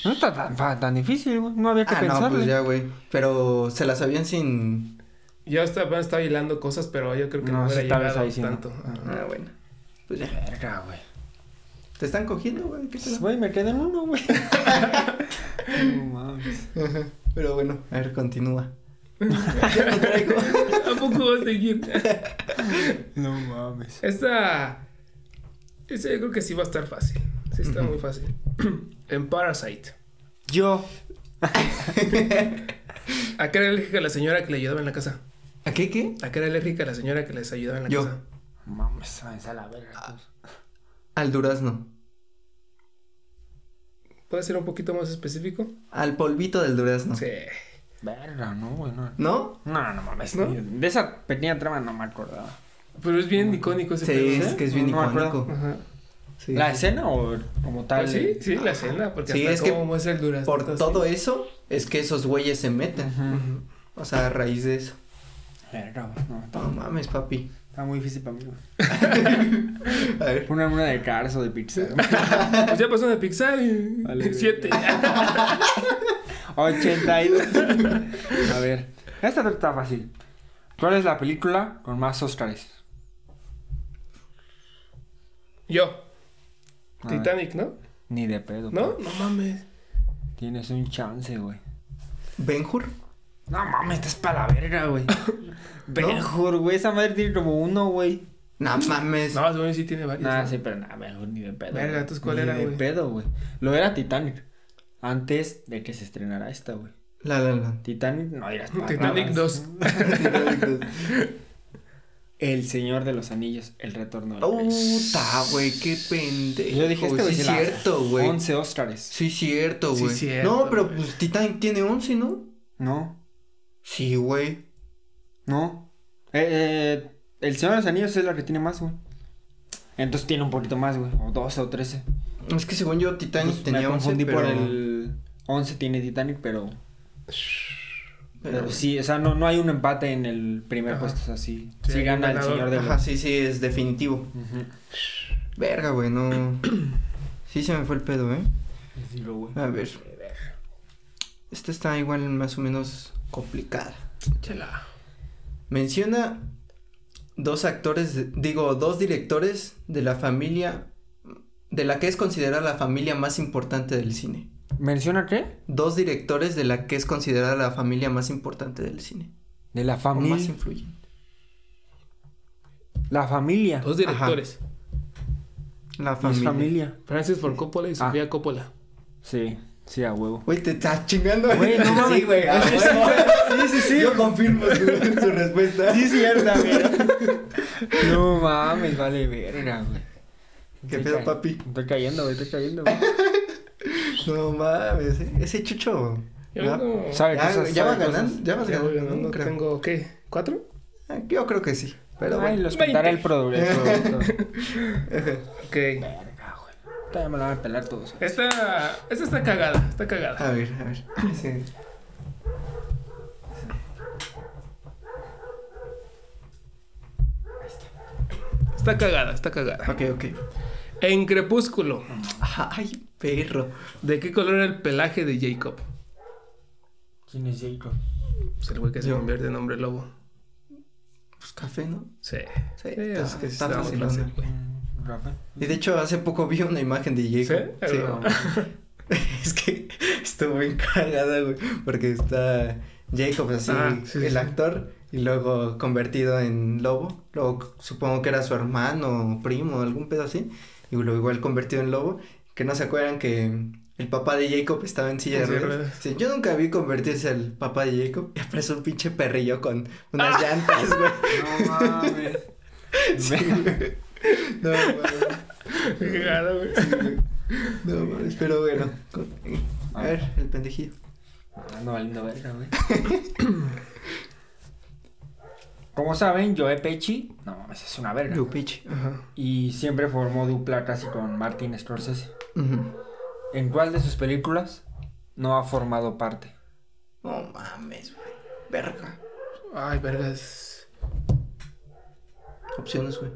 C: No está tan, fa- tan difícil, güey. No había que
A: Ah,
C: pensarle.
A: no, pues ya, güey. Pero se la sabían sin.
B: Yo estaba, estaba hilando cosas, pero yo creo que no,
C: No, sí,
B: hubiera
C: tal vez
B: llegado
C: ahí sí, ¿no?
B: tanto. Ajá.
A: Ah, bueno. Pues ya.
C: Verga, güey.
A: Te están cogiendo, güey. ¿Qué pedo?
C: Pues, Güey, me quedé en uno, güey. no mames.
A: Ajá. Pero bueno, a ver, continúa. Ah. ya lo traigo.
B: ¿A poco vas a seguir?
C: No mames.
B: Esta. Esta yo creo que sí va a estar fácil. Sí, está
A: Ujú.
B: muy fácil. en Parasite.
C: Yo.
B: ¿A qué era alérgica la señora que le ayudaba en la casa?
A: ¿A qué qué?
B: ¿A qué era alérgica la señora que les ayudaba en la
A: Yo.
B: casa?
C: Ah. Mames, esa es la verga. pues.
A: Al durazno.
B: ¿Puedes ser un poquito más específico?
A: Al polvito del durazno.
B: Sí.
C: Verga, no, güey, no.
A: ¿No?
C: No, no mames.
B: ¿No?
C: ni- De esa pequeña trama no me acordaba.
B: Pero es bien icónico ese
A: Sí,
B: pedo, ¿no?
A: es que es bien
C: No me acuerdo.
A: icónico.
B: Ajá.
A: Sí.
C: ¿La escena o como tal?
B: Pues sí, sí, la escena, porque
A: Sí,
B: hasta
A: es que
B: cómo muestra el durazno.
A: Por
B: así. Pues
A: todo eso es que esos güeyes se meten.
C: Ujú.
B: Ujú.
A: O sea, a raíz de eso.
C: Verga, güey, no,
A: No mames, papi.
C: Está muy difícil para mí. güey.
A: A ver.
C: Una una de Cars o de pizza.
B: Pues ya pasó de Pixar y...
C: Vale,
B: siete.
C: 82. A ver. Esta está fácil. ¿Cuál es la película con más Oscars?
B: Yo,
A: Ah.
C: A ver,
B: Titanic, ¿no?
C: Ni de pedo.
B: ¿No?
C: pa.
B: No mames.
C: Tienes un chance, güey.
A: Benjur.
C: No mames, estás para la verga, güey. Mejor, güey. Esa madre tiene como uno, güey.
A: No mames.
B: No, según yo sí tiene varios.
C: Nah,
A: Ah,
B: ¿no?
C: sí, pero nada, mejor ni de pedo.
B: Verga,
C: güey.
B: ¿entonces cuál
C: Ni
B: era,
C: de
B: güey?
C: pedo, güey. Lo era Titanic. Antes de que se estrenara esta, güey.
A: La la la.
C: Titanic, no dirás
B: Titanic 2.
C: El Señor de los Anillos, El Retorno del Rey.
A: Puta, güey, qué pendejo.
C: Yo dije, este güey
A: Oh, sí
C: se la hace.
A: cierto, güey.
C: 11 Oscars.
A: Sí cierto,
B: Sí,
A: güey.
B: cierto,
A: no, pero
B: güey.
A: pues Titanic tiene 11, ¿no?
C: No,
A: Sí, güey.
C: no. Eh, eh, el Señor de los Anillos es la que tiene más, güey. Entonces tiene un poquito más, güey. O 12 o 13.
A: Es que según yo Titanic
C: Pues
A: tenía
C: me
A: 11,
C: confundí
A: pero...
C: por el 11 tiene Titanic, pero, pero,
A: pero-
C: sí, o sea, no, no hay un empate en el primer
B: Ajá.
C: puesto, o sea, sí, sí,
B: Sí, hay un
C: gana el
B: ganador.
C: señor de los
A: Ajá, sí, sí, es definitivo.
C: Ujú.
A: Verga, güey, no... Sí se me fue el pedo, ¿eh?
C: Sí, lo güey.
A: A ver. Esta está igual más o menos complicada.
B: Chela.
A: Menciona dos actores, de- digo, dos directores de la familia, de la que es considerada la familia más importante del cine.
C: ¿Menciona qué?
A: Dos directores de la que es considerada la familia más importante del cine.
C: De la
A: O más
C: familia.
A: influyente.
C: La familia.
B: Dos directores.
A: La
C: Es
A: familia.
C: Oh, familia.
B: Francis Ford Coppola
A: Ah.
B: y Sofía Coppola.
C: Sí, sí, a huevo.
A: Güey, te estás chingando.
C: Güey, no mames.
A: Sí, güey. a
C: Sí,
A: huevo.
C: Sí, sí, sí.
A: Yo confirmo su, su respuesta.
C: Sí, sí, verdad, No mames, vale verga, güey.
A: ¿Qué
C: Estoy
A: pedo,
C: ca-
A: papi?
C: Estoy cayendo, güey, estoy cayendo, güey.
A: No mames. eh. Ese chucho. Ah.
B: Yo no-
C: Sabe
A: Ya,
C: cosas,
A: ya
C: sabe
A: vas ganando,
C: cosas.
A: ya vas
B: Ya voy
A: ganando,
B: ganando,
A: creo.
B: tengo, ¿qué? ¿Cuatro?
A: Ah, Yo creo que sí, pero
C: Ay,
A: bueno.
C: los
B: Veinte.
C: contará el produ- el productor.
B: Ok.
C: verga, güey. Todavía me la van a pelar todos.
B: Esta, esta está cagada, está
A: A
B: cagada.
A: ver, a ver. Sí.
B: Está cagada, está cagada.
A: Ok, ok.
B: En Crepúsculo,
A: Ay, perro.
B: ¿de qué color era el pelaje de Jacob?
C: ¿Quién es Jacob?
B: Pues el güey que se
A: Yo.
B: convierte en hombre lobo.
A: Pues café, ¿no?
B: Sí.
A: Sí,
B: es
A: está-
B: que
A: está
B: está muy
A: facilona.
B: fácil, güey.
C: Mm, Rafa.
A: Y de hecho, hace poco vi una imagen de Jacob.
B: ¿Sí? Ah,
A: es que estuvo bien cagada, güey. Porque está Jacob así,
B: Ah, sí, sí,
A: el
B: sí.
A: actor, y luego convertido en lobo. Luego supongo que era su hermano, primo, algún pedo así. Y luego igual convertido en lobo. Que no se acuerdan que el papá de Jacob estaba en silla de
B: En silla de
A: ruedas.
B: ruedas.
A: Sí, yo nunca vi convertirse el papá de Jacob. Y aparece un pinche perrillo con unas llantas, güey.
C: No mames.
A: Sí, güey. No, mames.
B: Qué cagada, güey.
A: No mames, pero bueno. con- A ver, el pendejillo.
C: Ando valiendo verga, güey. Como saben, Joe Pesci, no mames, es una verga.
A: Lupich. Ajá.
C: Y siempre formó dupla casi con Martin Scorsese.
A: Ujú.
C: ¿En cuál de sus películas no ha formado parte?
A: No mames, güey. Verga.
B: Ay, vergas.
A: Opciones, güey.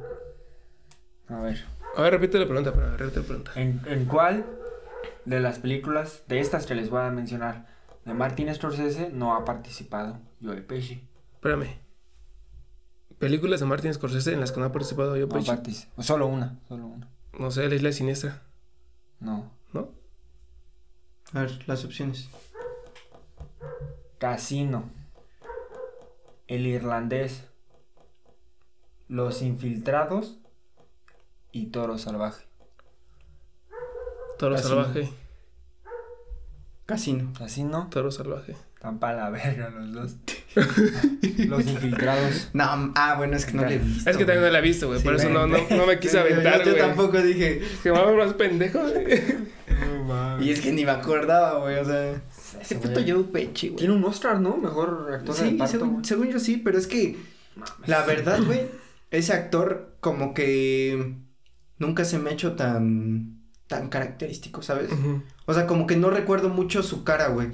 C: A ver.
B: A ver, repite la pregunta, para repite la pregunta.
C: ¿En, en cuál de las películas de estas que les voy a mencionar de Martin Scorsese no ha participado Joe Pesci?
B: Espérame. Películas de Martin Scorsese en las que no ha participado yo,
C: No
A: Ah,
B: Pesci.
C: participó. Solo una, solo una.
B: No sé, la isla siniestra,
C: No.
B: ¿no?
A: A ver, las opciones.
C: Casino. El irlandés. Los infiltrados. Y Toro Salvaje.
A: Ah,
B: Toro
C: Casino.
B: salvaje.
A: Casino.
C: Casino.
B: Toro salvaje.
C: Tan para la verga los dos. los infiltrados.
A: No, ah, bueno, es que no le he visto.
B: Es que también no la he visto, güey.
A: Sí,
B: por eso no, no,
A: güey.
B: no me quise aventar,
A: Yo
B: güey.
A: tampoco dije.
B: Que vamos más pendejo, güey.
C: No mames.
A: Y es que ni me acordaba, güey, o sea.
C: Ese
A: Ese puto
C: güey.
A: Joe Pesci, güey.
C: Tiene un Oscar, ¿no? Mejor actor de
A: Sí,
C: reparto.
A: según,
C: güey.
A: según yo sí, pero es que la verdad, güey, ese actor como que nunca se me ha hecho tan tan característico, ¿sabes?
B: Ujú.
A: O sea, como que no recuerdo mucho su cara, güey.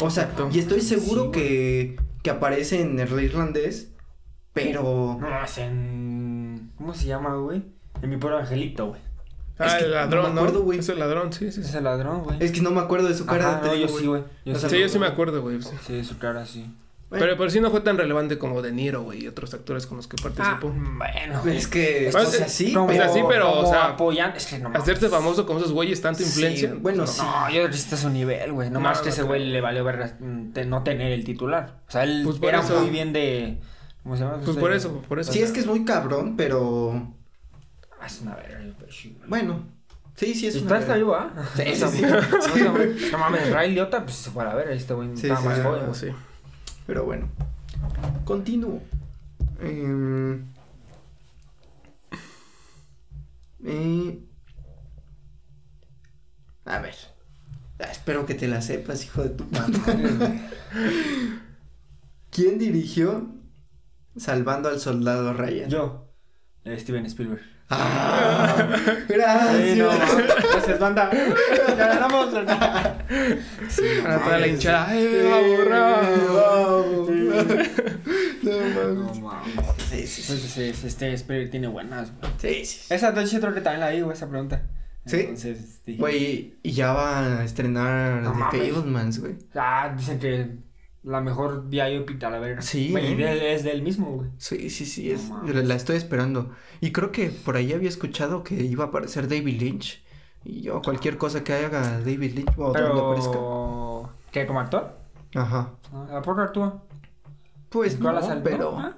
A: O sea,
B: Exacto.
A: y estoy
C: Sí,
A: seguro
C: güey.
A: que que aparece en el irlandés, pero
C: No, es en... ¿Cómo se llama, güey? En mi pobre angelito, güey.
A: Es
B: Ah,
A: que
B: el
A: no
B: ladrón,
A: me
B: ¿no?
A: acuerdo, güey.
B: Es el ladrón, sí, sí.
C: Es
B: Sí,
C: el ladrón, güey.
A: es que no me acuerdo de su cara.
C: Ajá,
A: te
C: no,
A: digo,
C: yo
A: güey.
C: sí, güey. Yo
A: O sea,
B: Sí, yo sí me acuerdo, güey. sí.
C: Sí, su cara sí.
A: Bueno,
B: Pero, pero sí no fue tan relevante como De Niro, güey, y otros actores con los que participó.
A: Ah,
C: bueno.
A: es que
B: Pues,
A: o sea, sí,
C: Como-
B: o sea,
A: pero
B: sí, pero, o
C: como
B: sea,
C: apoyan- es que no mames.
B: Hacerse famoso con esos güeyes, tanta
A: Sí,
B: influencia.
A: bueno,
B: no.
A: sí.
C: No, yo está su nivel, güey. No,
B: No,
C: más que
B: no
C: ese
B: creo.
C: güey le valió verga mm, te- no tener el titular. O sea, él
B: Pues por
C: era
B: eso.
C: muy bien de. ¿Cómo se llama?
B: Pues por eso, por eso.
A: sí es que es muy cabrón, pero
C: Ah, es una verga, yo, pero sí, güey.
A: bueno. Sí, sí es
C: Y
A: una
C: todavía está
A: verga.
C: vivo, ¿ah?
A: Sí,
C: O sea,
A: sí,
C: no,
A: sí,
C: no,
A: güey.
C: No mames, Ray Liotta, pues se fue a la verga. Este güey
A: Sí,
C: estaba
A: sí,
C: más
A: sí,
C: joven,
B: Ah,
C: güey.
B: sí.
A: Pero bueno. Continúo. Em, eh, a ver. Ah, espero que te la sepas, hijo de tu madre. ¿Quién dirigió Salvando al Soldado Ryan?
C: Yo, eh, Steven Spielberg.
A: Ah, gracias.
C: Sí, no, Gracias, banda. Ya ganamos.
B: Para toda la
A: mames.
B: hinchada. ¡Eh,
A: Sí,
B: aburra!
A: vamos. No
C: No
A: mames.
C: mames.
A: Sí, sí,
C: Pues
A: sí.
C: ese, ese Steven Spielberg tiene buenas, güey.
A: Sí, sí, sí.
C: Esa Dolce creo que también la vi, güey, esa pregunta.
A: ¿Sí?
C: Entonces, dije,
A: Güey, y ya va a estrenar
C: No
A: The
C: mames.
A: Fablemans, güey.
C: Ah, dicen que la mejor biopic a la verga.
A: Sí,
C: Güey, y
A: ¿eh?
C: de él- es del mismo, güey.
A: Sí, sí, sí,
C: No
A: es,
C: mames.
A: la estoy esperando. Y creo que por ahí había escuchado que iba a aparecer David Lynch. Y yo, cualquier cosa que haga David Lynch o donde aparezca.
C: Pero... ¿Qué, como actor?
A: Ajá.
C: ¿A poco actúa?
A: Pues
C: ¿Cuál
A: no,
C: ha salido?
A: pero...
C: ¿Ah?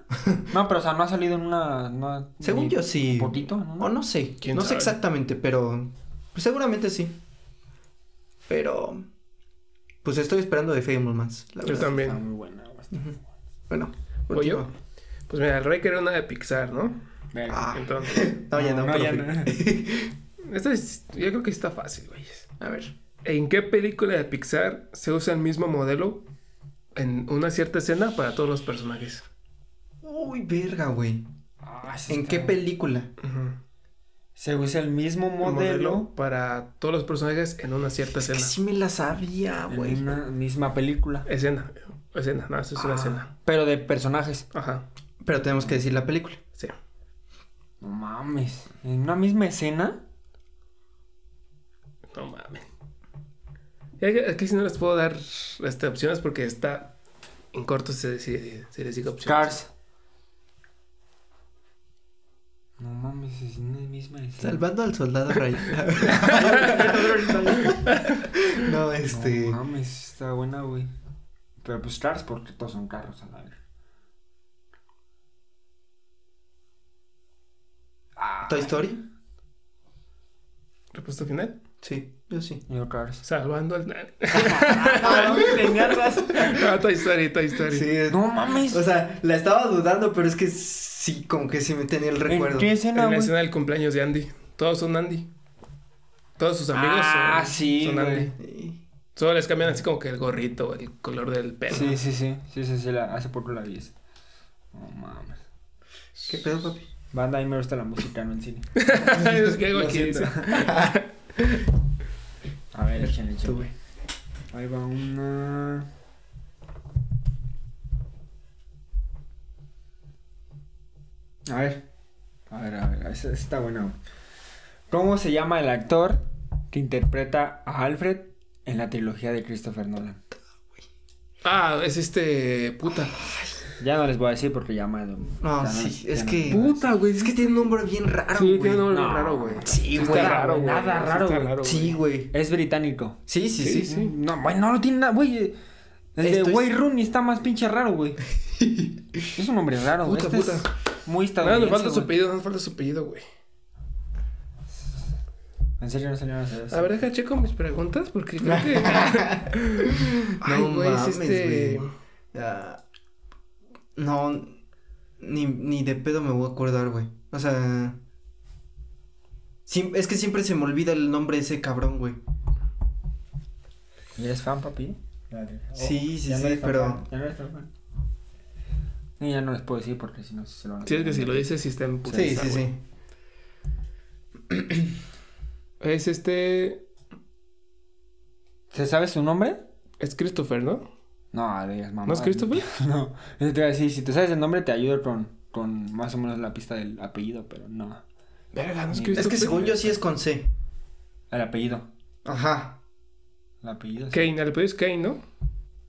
C: No, pero o sea, no ha salido en una... no-
A: Según
C: ni
A: yo sí.
C: Un potito, ¿no?
A: O no sé,
B: ¿Quién
A: no sé
B: sabe?
A: exactamente, pero... Pues seguramente sí. Pero... Pues estoy esperando de Fablemans, la
B: Yo
A: verdad.
C: Está
B: también.
C: muy buena, güey.
A: Bueno.
B: ¿Voy
A: continúa.
B: Pues mira, el Rey que era una de Pixar, ¿no?
C: Verga.
A: Ah,
B: Entonces,
A: no, ya no,
C: No, ya
A: profe.
B: esta es- yo creo que está fácil, güey.
A: A ver.
B: ¿En qué película de Pixar se usa el mismo modelo en una cierta escena para todos los personajes?
A: Uy, verga, güey.
C: Ah, sí
A: ¿En
C: está
A: qué
C: muy-
A: película?
B: Ujú.
C: Se usa el mismo
B: El
C: modelo,
B: para todos los personajes en una cierta
A: Es que
B: escena.
A: sí me la sabía, güey.
C: en una misma película.
B: Escena, escena, no, eso es una
C: Ah,
B: escena.
C: Pero de personajes.
B: Ajá,
A: Pero tenemos que decir la película.
B: sí.
C: No mames. ¿En una misma escena?
B: No mames. Y Aquí, aquí sí no les puedo dar este, opciones porque está en corto se, se, se les diga opciones.
C: Cars. No mames, es una misma escena.
A: Salvando al soldado Ryan. no, este.
C: No mames, está buena, güey. Pero pues Cars, porque todos son carros a la verga. Ah,
A: ¿Toy Story?
B: Respuesta final.
A: Sí, yo sí.
C: yo Cars.
B: Salvando al.
C: Ah, no, tenías razón.
B: Ah, Toy Story, Toy Story.
A: Sí, es-
C: No mames.
A: O sea, la estaba dudando, pero es que sí, como que sí me tenía el
C: ¿En
A: recuerdo.
C: qué
B: En
C: escena,
B: la
C: güey?
B: escena del cumpleaños de Andy. Todos son Andy. Todos sus amigos
C: Ah,
B: son,
C: sí,
B: son
C: güey.
B: Andy.
A: Sí.
B: Solo les cambian así como que el gorrito, el color del pelo.
C: Sí, sí, sí. Sí, sí, sí. la- hace poco la vi esa. No mames.
A: ¿Qué pedo, papi?
C: Banda, a mí me gusta la música, no el cine.
B: es que hago
C: Lo
B: aquí.
C: siento. A ver, échenle,
A: Tú,
C: échenle.
A: güey.
C: Ahí va una. A ver. A ver, a ver. Esta esta está buena. güey. ¿Cómo se llama el actor que interpreta a Alfred en la trilogía de Christopher Nolan?
B: Ah, es este. Puta.
C: Ya no les voy a decir porque ya me. ya
A: No,
C: no-
A: Ah, sí,
C: ya
A: es
C: no-
A: que.
B: Puta, güey.
A: Es que tiene un nombre bien raro,
B: Sí,
A: güey.
B: tiene un nombre bien
C: No.
B: raro, güey.
A: Sí,
B: Está
A: güey.
B: raro, güey.
C: Nada
B: Sí
C: raro,
B: está
C: güey.
A: Sí, güey.
C: Es británico.
A: Sí, sí, sí.
B: Sí, sí.
C: No, güey, no lo tiene nada, güey. El de
A: Esto es-
C: Way Rooney está más pinche raro, güey. es un hombre raro, güey.
B: Puta,
C: Este es muy
B: Nada,
C: estadounidense.
B: nos falta su
C: güey.
B: apellido, nos falta su apellido, güey.
C: En serio, no salió nada de eso.
B: A ver, deja checo mis preguntas porque creo que. Ay,
A: No
B: güey, es
A: mames,
B: este.
A: güey. Ah, no, ni, ni de pedo me voy a acordar, güey. O sea, siem- es que siempre se me olvida el nombre de ese cabrón, güey.
C: ¿Eres fan, papi?
D: Dale. Oh,
A: Sí, sí,
D: ya no
A: sí,
D: eres tan
A: pero-
D: fan.
C: Ya no eres tan fan. Y ya no les puedo decir porque si no se lo van a
B: Sí, es que si lo dices, sí está en puta
A: Sí,
B: esa,
A: sí,
B: güey.
A: sí.
B: Es este.
C: ¿Se sabe su nombre?
B: Es Christopher, ¿no?
C: No, le digas mamá.
B: ¿No es Christopher?
C: No, eso te iba a decir, si te sabes el nombre te ayudo con, con más o menos la pista del apellido, pero no.
B: Verga, no es
C: Es
B: Christopher.
A: Es que según yo sí es con C.
C: El apellido.
A: Ajá.
C: El apellido. sí.
B: Kane, el apellido es Kane, ¿no?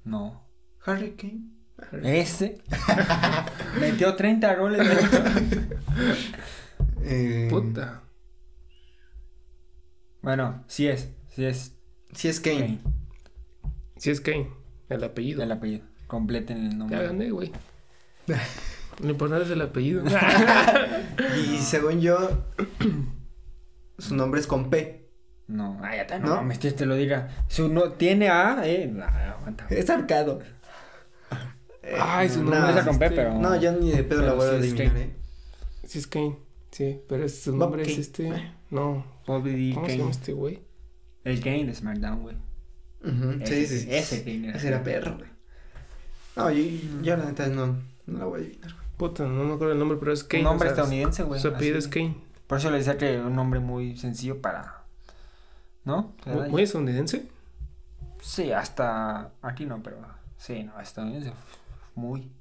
C: No.
A: Harry Kane.
C: Ese. Este. Metió 30 goles.
A: Eh,
B: Puta.
C: bueno, sí es. Sí es.
A: Sí es Kane.
C: Kane,
B: Sí es Kane, el apellido.
C: El apellido. Completen el
B: Ya
C: nombre.
B: gané, güey. Lo importante es el apellido.
A: Y según yo, su nombre es con P.
C: No, ah, ya te,
A: ¿No?
C: no, mames, te- te lo diga. Su no tiene A, eh. No, aguanta.
A: Es arcado.
B: Ay, su nombre
A: no,
C: es con P,
B: este-
C: pero-
A: No, yo ni de pedo la
C: Pero
A: voy a
C: sí es
A: adivinar,
C: Kane.
A: ¿eh?
B: Sí es Kane. Sí, pero es- su
A: Bob
B: nombre es
A: Kane. Eh.
B: este. No.
C: Bobby D.
B: ¿Cómo se llama
C: Kane.
B: este güey?
C: El Kane de SmackDown, güey.
A: Ujú, Sí,
C: Ese-
A: sí.
C: Ese Kane
A: Ese era perro, güey. No, yo, yo la neta no, no la voy a adivinar.
B: Puta, no me acuerdo el nombre, pero es Kane.
C: Un nombre
B: o sea,
C: estadounidense, güey.
B: Su apellido
C: así.
B: es Kane.
C: Por eso le decía que era un nombre muy sencillo para. ¿No? Te da-
B: Mu- ¿Muy estadounidense?
C: Sí, hasta. Aquí no, pero. Sí, no, estadounidense. Muy.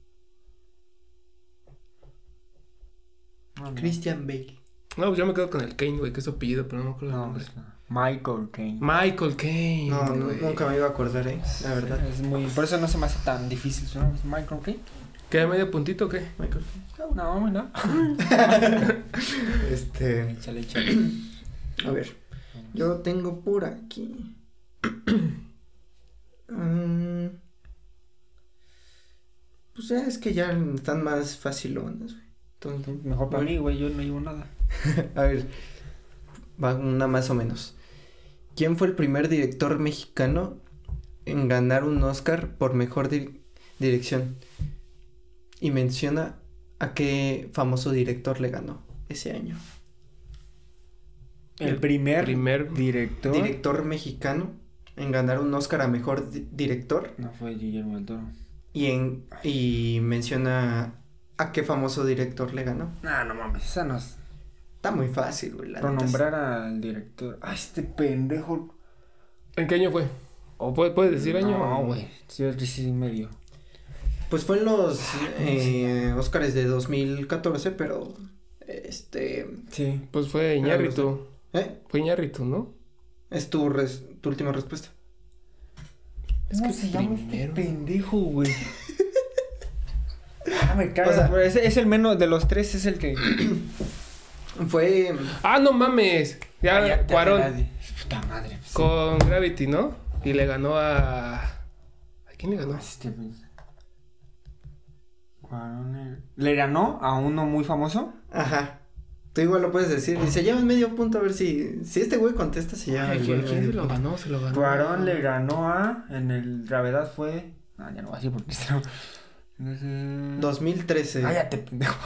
C: No, no.
A: Christian Bale.
B: No, pues yo me quedo con el Kane, güey, que es su apellido, pero no me acuerdo el
C: No,
B: nombre.
C: pues, no. Michael Kane.
B: Michael Kane.
A: No, no,
B: güey.
A: nunca me iba a acordar, ¿eh? La verdad.
C: Es muy. Por eso no se me hace tan difícil su nombre. Michael Kane.
B: ¿Queda medio puntito o qué?
A: Michael.
C: No, hombre, no. Ah,
A: Este.
C: Échale, échale.
A: A ver. Yo tengo por aquí. Mm. pues ya es que ya están más facilones, güey. Entonces,
C: Mejor para mí, güey, yo no llevo nada.
A: a ver. Va una más o menos. ¿Quién fue el primer director mexicano en ganar un Oscar por mejor dir- dirección? Y menciona a qué famoso director le ganó ese año.
C: El primer,
B: Primer.
C: director.
A: Director mexicano en ganar un Oscar a mejor di- director
C: No fue Guillermo del Toro.
A: y en y menciona a qué famoso director le ganó.
C: Ah, no mames, esa no es.
A: Está muy fácil, güey. la
C: Por
A: neta,
C: nombrar al director. Ah, este pendejo.
B: ¿En qué año fue? ¿O puede- puedes decir año?
C: No, güey. Sí, es que sí, medio.
A: sí. Pues fue en los eh, Oscars de 2014, pero este
C: Sí.
B: Pues fue Iñárritu.
A: ¿eh?
B: Fue Iñárritu, ¿no?
A: es tu res- tu última respuesta.
B: Es que
C: este
B: primero.
C: pendejo, güey. ah, me Mm, cago.
A: O sea,
C: es, es el menos de los tres, es el que.
A: Fue
B: ¡Ah, no mames! Ya,
C: Ah, te-
B: Cuarón
C: te- Puta madre. pues, sí.
B: con Gravity, ¿no? Y le ganó a. ¿A quién le ganó?
C: Este, pues. Cuarón. el- Le ganó a uno muy famoso.
A: ajá. Tú igual lo puedes decir. Y se lleva medio punto a ver si si este güey contesta se eh, lleva el
B: Ay, güey,
A: güey
B: ¿Quién se
A: medio
B: lo
A: punto.
B: ganó? Se lo ganó.
C: Cuarón le ganó a. En el gravedad fue. Ah, ya no va a decir porque se lo- No sé.
A: 2013.
C: Cállate, pendejo.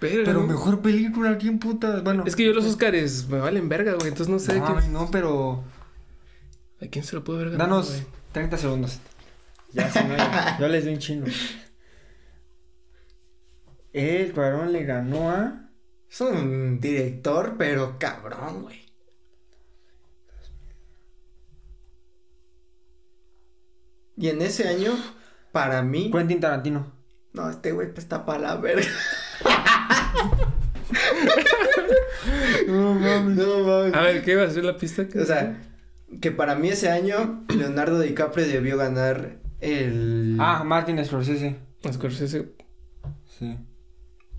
B: Pero,
C: Pero
B: ¿no?
C: mejor película, ¿quién putas? Bueno. pues,
B: Es que yo los Oscars me valen verga, güey. Entonces no sé
C: No,
B: de quién-
C: mames, no, pero.
B: a quién se lo puedo ver ganado.
C: Danos
B: Pues, güey?
C: 30 segundos. Ya, si no, ya- yo les doy un chingo. El Cuarón le ganó a.
A: Es un director, pero cabrón, güey. Y en ese año, para mí.
C: Quentin Tarantino.
A: No, este güey pues, está para la verga.
C: No mames.
A: No mames.
B: A ver, ¿qué iba a ser la pista?
A: O sea, que para mí ese año, Leonardo DiCaprio debió ganar el.
C: Ah, Martin Scorsese.
B: Scorsese.
C: Sí.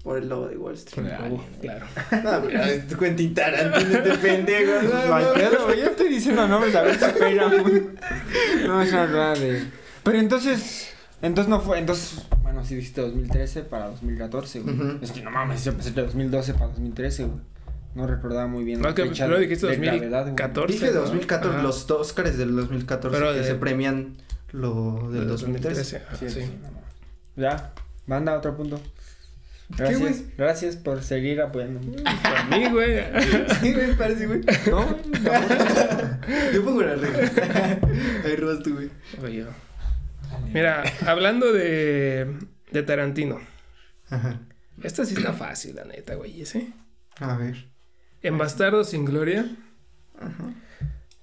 A: Por el lobo de Wall Street.
B: Claro. claro.
A: No, pero es Quentin Tarantino, este pendejo. No,
C: Mal
A: no,
C: pedo, güey. Yo estoy diciendo nombres a ver si pega. güey. No, es una rueda de. Pero entonces. Entonces no fue. Entonces. Bueno, si dijiste 2013 para 2014, güey.
A: Ujú.
C: Es que no mames, yo pensé que 2012 para 2013, güey. No recordaba muy bien.
B: No,
C: la
B: que
C: fecha
B: primero
C: de-
B: dijiste
C: de gravedad, güey.
B: 2014.
A: Dije 2014,
B: Ajá.
A: los Oscars del 2014
B: Pero
A: que
B: de-
A: se premian lo del
B: Del
A: 2013.
B: 2013. ajá,
C: Sí,
B: sí.
C: sí, no mames. Ya. Manda otro punto. Gracias,
A: güey?
C: gracias por seguir apoyándome.
B: Para mí, güey.
A: Sí, güey, parece, güey.
C: No,
A: Yo pongo la regla. Ahí robas tú, güey.
B: Oye. Mira, hablando de, de Tarantino.
A: Ajá.
B: Esta sí está fácil, la neta, güey. ¿sí?
A: A ver.
B: En Bastardo sin Gloria,
A: Ajá.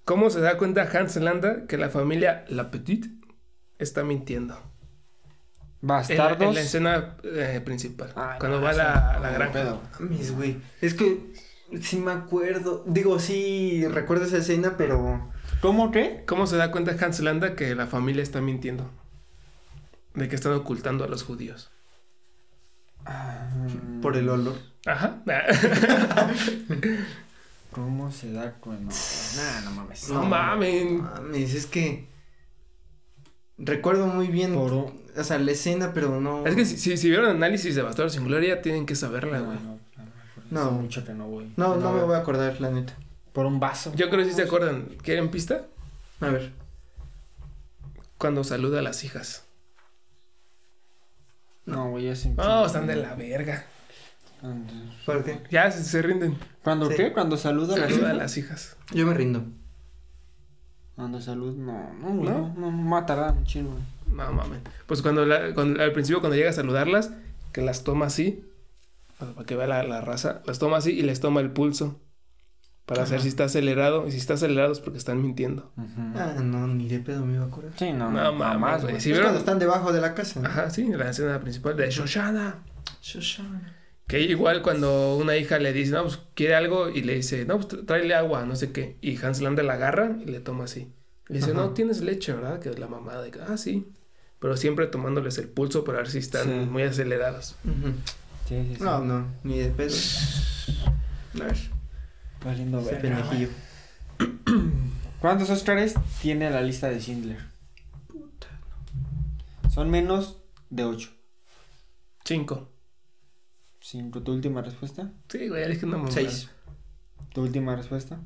B: ¿cómo se da cuenta Hans Landa que la familia La Petite está mintiendo? En la,
C: bastardos.
B: en la escena eh, principal.
C: Ay,
B: cuando
C: no,
B: va a
C: eso
B: la,
C: no,
B: la
C: no,
B: granja.
C: pedo.
A: Mis, güey. Es que sí me acuerdo. Digo, sí recuerdo esa escena, pero.
C: ¿Cómo qué?
B: ¿Cómo se da cuenta Hans Landa que la familia está mintiendo? De que están ocultando a los judíos.
A: Por el olor.
B: Ajá.
C: ¿Cómo se da cuenta? Nah, no mames.
B: No mames.
A: Mames, es que. Recuerdo muy bien.
C: Por-
A: O sea, la escena, pero no.
B: Es que si, si, si vieron análisis de Bastardo sin Gloria, tienen que saberla,
C: No,
B: güey.
C: no, no.
A: No.
C: Hace mucho que no voy.
A: No, no me
C: veo.
A: voy a acordar, la neta.
C: Por un vaso.
B: Yo creo que sí se acuerdan. ¿Quieren pista?
A: A ver.
B: Cuando saluda a las hijas.
C: No, güey, es imposible.
B: No, están de la verga.
A: ¿Por qué?
B: Ya se, se rinden.
C: ¿Cuándo
A: Sí.
C: qué? ¿Cuando saluda la
B: Saluda a
C: gente?
B: las hijas.
A: Yo me rindo.
C: Cuando salud, no, no, güey,
B: ¿No?
C: no, no, matará un chingo.
B: No mames. Pues cuando, la- cuando- al principio, cuando llega a saludarlas, que las toma así. Para que vea la, la raza. Las toma así y les toma el pulso. Para saber si está acelerado. Y si está acelerado es porque están mintiendo.
A: Ah, no, ni de pedo me iba a acordar.
C: Sí, no,
B: No mames,
C: jamás,
B: güey.
C: güey.
B: Sí,
A: es
B: ¿vieron?
A: cuando están debajo de la casa. ¿no?
B: Ajá, sí, la escena principal de Shoshana.
A: Shoshana.
B: Que igual cuando una hija le dice, no, pues quiere algo y le dice, no, pues tr- tráele agua, no sé qué. Y Hans Landa la agarra y le toma así. Le dice,
A: Ajá.
B: no, tienes leche, ¿verdad? Que es la mamada. de que, ah, sí. Pero siempre tomándoles el pulso para ver si están
C: Sí.
B: muy acelerados.
A: Ujú.
C: Sí, sí, sí.
A: No, no, ni de pedo. A ver,
C: Valiendo
A: ese
C: verga,
A: pendejillo.
C: güey. ¿Cuántos Oscars tiene la lista de Schindler? Son menos de 8.
B: Cinco.
C: 5. ¿Tu última respuesta?
B: Sí, güey, es que no me
A: Seis.
C: ¿Tu última respuesta?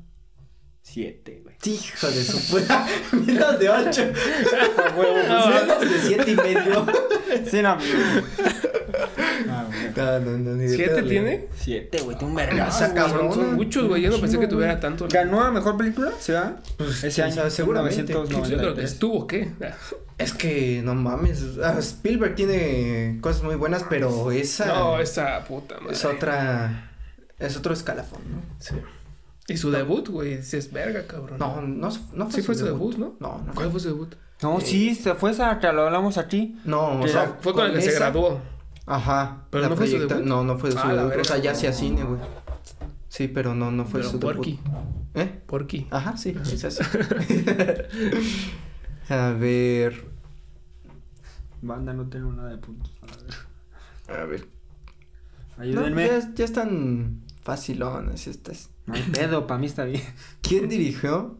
C: 7, güey.
A: Hijo de su puta. Menos de ocho.
C: A huevo,
B: No,
A: Menos de siete y medio.
C: pues. Sí, no, güey. Ah, güey.
A: No, no, no, ni de
B: ¿Siete
A: pedo, le-
B: tiene?
C: Siete, güey, tengo un
A: Ah,
C: vergazo.
A: esa
C: güey.
A: cabrona.
B: Son muchos, güey. Yo no pensé que
C: Chingo,
B: tuviera tanto.
C: ¿Ganó a mejor película? ¿Se va?
A: Pues,
C: Ese
A: quién
C: año,
A: sabe, seguramente.
C: 1993.
B: Yo creo que estuvo, ¿qué? Ah,
A: Es que no mames. ah, Spielberg tiene cosas muy buenas, pero esa
B: No, esa puta madre.
A: es otra. Es otro escalafón, ¿no?
B: Sí. Y su debut, güey, dices, verga, cabrón.
A: No, no, no
B: Sí fue su debut, ¿no?
A: No, no fue.
B: ¿Cuál fue su debut?
C: No, sí, se fue esa que lo hablamos aquí.
A: No, o
C: Que
A: sea,
B: Fue con la que se
A: esa-
B: graduó.
A: Ajá.
B: Pero
A: la
B: no fue su
A: proyecta-
B: debut.
A: No, no fue su
B: Ah, la
A: debut. O sea,
B: verga.
A: ya hacía cine, güey. Sí, pero no, no fue
B: Pero
A: su
B: Porky.
A: debut. ¿Eh?
B: Porky.
A: Ajá, sí, quizás. a ver.
C: Banda, no tengo nada de puntos.
A: A ver. No, pues,
C: Ayúdenme.
A: ya, ya están facilones estas.
C: No hay pedo, para mí está bien.
A: ¿Quién dirigió?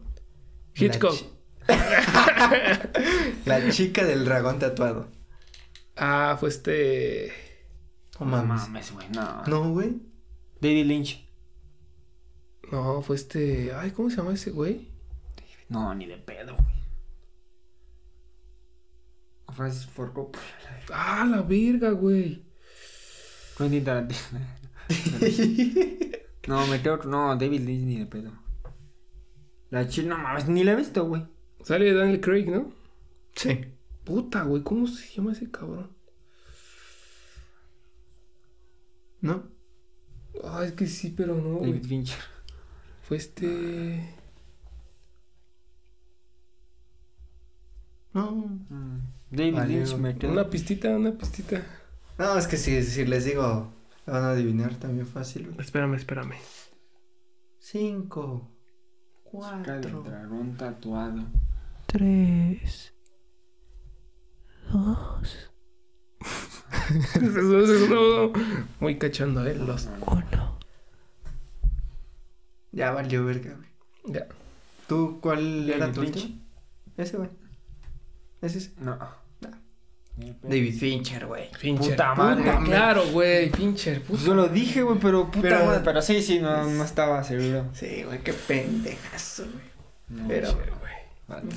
A: La
B: Hitchcock.
A: chi- La, chica del dragón tatuado.
B: Ah, fue este.
A: No mames.
C: güey, no.
A: No, güey.
C: David Lynch.
B: No, fue este. Ay, ¿cómo se llama ese güey?
C: No, ni de pedo, güey. Francis Ford Coppola.
B: Ah, la verga, güey.
C: Quentin Tarantino. No, me quedo. No, David Lynch ni de pedo. La china, no mames, ni la he visto, güey.
B: Sale Daniel Craig, ¿no?
A: sí.
B: Puta, güey, ¿cómo se llama ese cabrón?
A: ¿No?
B: Ah, es que sí, pero no, güey.
C: David Fincher.
B: Fue este.
A: No.
C: David
A: Vale,
C: Lynch,
A: güey.
C: me quedo.
B: Una pistita, una pistita.
A: No, es que si, si les digo, la van a adivinar también fácil, güey.
B: Espérame, espérame.
A: Cinco.
C: Chica del
A: Cuatro.
C: dragón tatuado.
A: Tres.
B: Eso es uno muy cachando, eh. Los.
A: Ya valió verga, güey.
B: Ya.
A: ¿Tú cuál era
C: David
A: tu
C: Lynch.
A: último? Ese, güey. Ese es.
C: No.
A: No.
C: Ni de pedo.
A: David Fincher, güey.
B: Fincher.
C: Puta madre.
B: Puta, claro, güey. Fincher.
C: Pues
B: Puta.
C: yo lo dije, güey, pero puta
A: Pero-
C: madre. Pero sí, sí, no, no estaba seguro.
A: Sí, güey, qué pendejazo, güey.
B: Pero,
A: Pero-
B: güey.
C: Vale.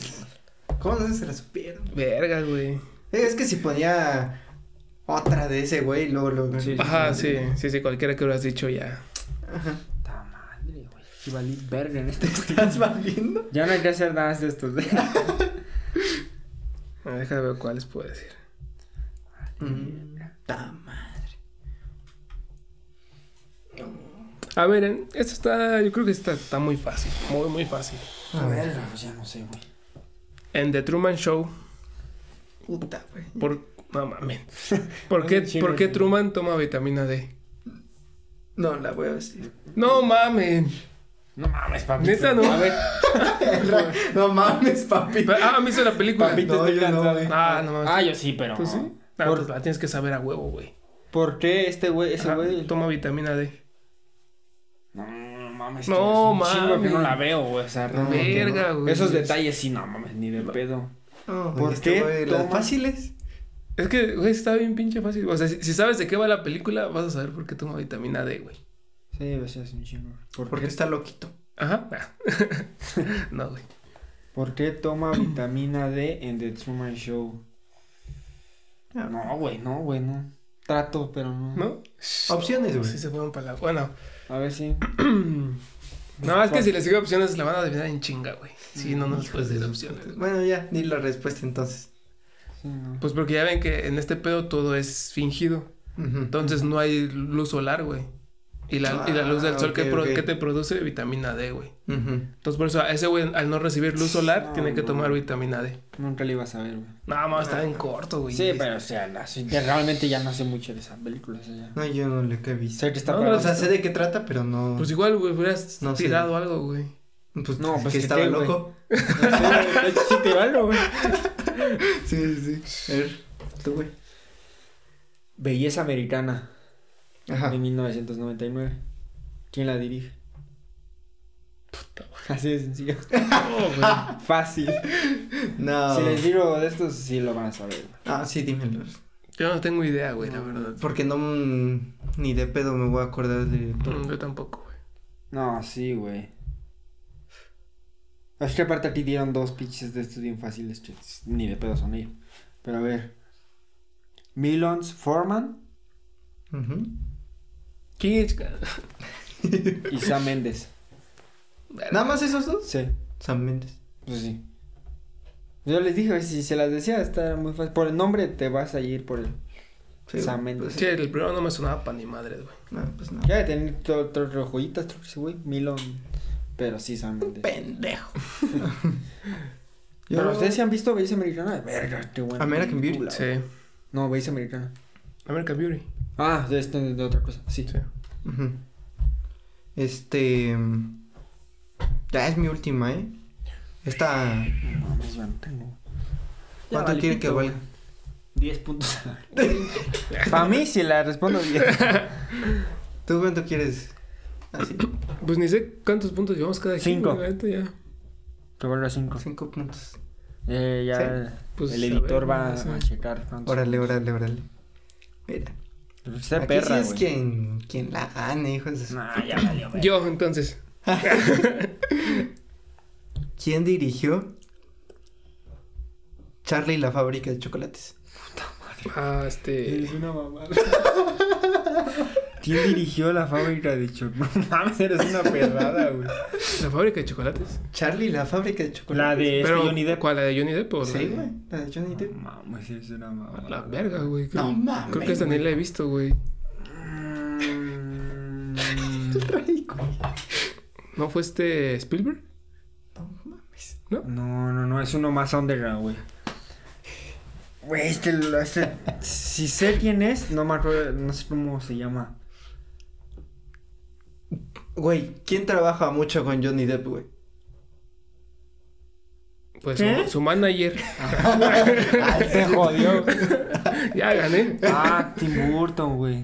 A: ¿Cómo no se la supieron?
B: Verga, güey.
A: Eh, Es que si ponía otra de ese güey, luego lo...
C: Sí, sí.
B: Ajá, sí, sí, sí, cualquiera que hubieras dicho ya.
C: Puta madre, güey. Si valí verga en este.
A: ¿Estás valiendo?
C: Ya no hay que hacer nada de estos.
B: A ver, Déjame ver cuáles puedo decir.
A: Ta madre.
B: A ver, en- esta está, yo creo que esta está muy fácil, muy, muy fácil.
C: A ver, pues ya no sé, güey.
B: En The Truman Show,
A: Puta, güey.
B: por... No mames. ¿Por qué, ¿por qué Truman toma vitamina D?
A: No, la voy a decir.
B: No mames.
C: No mames, papi.
B: Neta, no.
C: A ver,
A: no mames, papi.
B: Pero- Ah, me hizo la película.
A: Papito. No,
C: estoy
A: yo no,
C: cansado.
A: güey.
B: Ah, no mames.
C: Ah, yo sí, pero.
B: Pues sí. Ah,
C: Por-
B: pues la tienes que saber a huevo, güey.
C: ¿Por qué este güey, ese
B: Ajá,
C: güey?
B: Toma vitamina D.
C: No, no mames.
B: No,
C: tío, es un
B: mames.
C: chingo que no la veo, güey. O sea, realmente
B: Verga,
C: no.
B: güey.
C: Esos detalles sí, no mames, ni de pedo.
A: No,
C: ¿Por
A: este
C: qué
A: güey, las
C: toma?
A: fáciles.
B: Es que, güey, está bien pinche fácil. O sea, si, si sabes de qué va la película, vas a saber por qué toma vitamina D, güey.
C: Sí, a ser un chingo. ¿Por,
A: Porque
C: qué,
A: está loquito.
B: Ajá. Ah. no, güey.
C: ¿Por qué toma vitamina D en The Truman Show? No, güey, no, güey, no. Trato, pero no.
B: Ah. ¿No?
A: Opciones, güey.
B: Sí se fueron para la... Bueno.
C: A ver si.
B: no, es que si les digo opciones, la van a adivinar en chinga, güey. Sí, no, no les puedes decir opciones, güey.
A: Bueno, ya, di la respuesta entonces.
C: Sí, no.
B: Pues porque ya ven que en este pedo todo es fingido.
A: Ujú.
B: Entonces no hay luz solar, güey. Y la, y la luz del
A: Ah,
B: sol que,
A: ok,
B: pro-
A: ok.
B: que te produce vitamina D, güey.
A: Ujú.
B: Entonces por eso a ese güey al no recibir luz solar
C: No,
B: tiene que
C: no.
B: tomar vitamina D.
C: Nunca le ibas a ver, güey.
B: Nada más está en corto, güey.
C: Sí, pero o sea, la- sí, ya realmente ya no sé mucho de esa película. O sea, ya.
A: No, yo no le he visto.
C: Sé que está
B: No,
C: para-
A: O sea, sé de qué trata, pero no.
B: Pues igual, güey, hubieras
A: No sé.
B: tirado algo, güey.
A: Pues,
C: no, pues,
A: que
C: ¿qué
A: estaba
C: qué, güey?
A: loco.
C: No sé, es chiteralo, güey.
A: Sí, sí. A ver, tú, güey.
C: Belleza Americana
A: Ajá.
C: de 1999. ¿Quién la dirige? Así de sencillo. Fácil.
A: No.
C: Si les digo de estos, sí lo van a saber. güey.
A: Ah, sí, dímelo.
B: Yo no tengo idea, güey, la verdad.
A: Porque no. mm, Ni de pedo me voy a acordar de.
B: Mm, Yo tampoco, güey.
C: No, sí, güey. Es que aparte aquí dieron dos pitches de estos bien fáciles que ni de pedo son ellos. Pero a ver. Milons Foreman
A: Ujú.
B: Kids, ca-
C: y Sam Mendes.
A: Nada más esos dos.
C: Sí,
A: San Méndez.
C: pues sí. Yo les dije, si se las decía, está muy fácil. Por el nombre te vas a ir por el.
A: Sí,
C: Sam
A: güey,
C: Méndez.
B: Sí, el primero no me sonaba pa' ni madre, güey.
A: pues, no, pues no.
C: Ya de tener todo, todo, todo joyitas, todo ese güey, Milon. Pero sí, Sam Mendes.
A: Pendejo.
C: Pero ustedes sí han visto Belleza Americana. Verga, qué buena.
A: American Beauty,
C: película, güey.
B: Sí.
C: No, Belleza Americana.
B: American Beauty.
C: Ah, de, esto- de otra cosa. Sí.
B: Sí.
A: Ujú. Este. mm, Ya es mi última, ¿eh? Esta.
C: No mames, yo no tengo.
A: ¿Cuánto quiere que valga?
C: 10 puntos. Para mí, si la respondo bien.
A: ¿Tú cuánto quieres? Ah, Así.
B: Pues ni sé cuántos puntos llevamos cada quien,
C: Cinco.
B: güey, la neta, ya.
C: Que valga 5.
A: Cinco puntos.
C: Eh, ya
A: Sí.
C: el-
B: Pues,
C: el
B: a
C: editor
B: ver,
C: va
B: sí.
C: a checar. cuántos-
A: Órale, órale, órale. Mira.
C: Pero Está
A: aquí
C: perra,
A: sí es
C: güey.
A: quien, quien la gane, hijo de su-
C: Nah, ya valió, güey.
B: Yo, entonces.
A: ¿Quién dirigió Charlie y la fábrica de chocolates?
B: Ah, este.
C: Es una mamada. ¿Quién dirigió la fábrica de chocolates? No mames, eres una perrada, güey.
B: La fábrica de chocolates.
A: Charlie y la fábrica de chocolates.
C: La de este
B: Pero,
C: Johnny Depp.
B: ¿Cuál? ¿La de Johnny Depp o la
A: Sí,
B: de-
A: güey. La de Johnny Depp.
C: No mames, eres una
B: A
C: mamada.
B: La verga, güey. Creo,
A: No mames,
B: Creo que esta ni
A: güey.
B: la he visto, güey.
C: Mm,
A: Rey, güey.
B: ¿No fue este Spielberg?
A: No mames.
C: No, no, no, es uno más underground, güey. Güey, este, lo- este, si sé quién es, no me acuerdo, no sé cómo se llama.
A: Güey, ¿quién trabaja mucho con Johnny Depp, güey?
B: Pues
C: ¿Qué?
B: su, su manager.
C: Ay, se jodió.
B: ya gané.
C: Ah, Tim Burton, güey.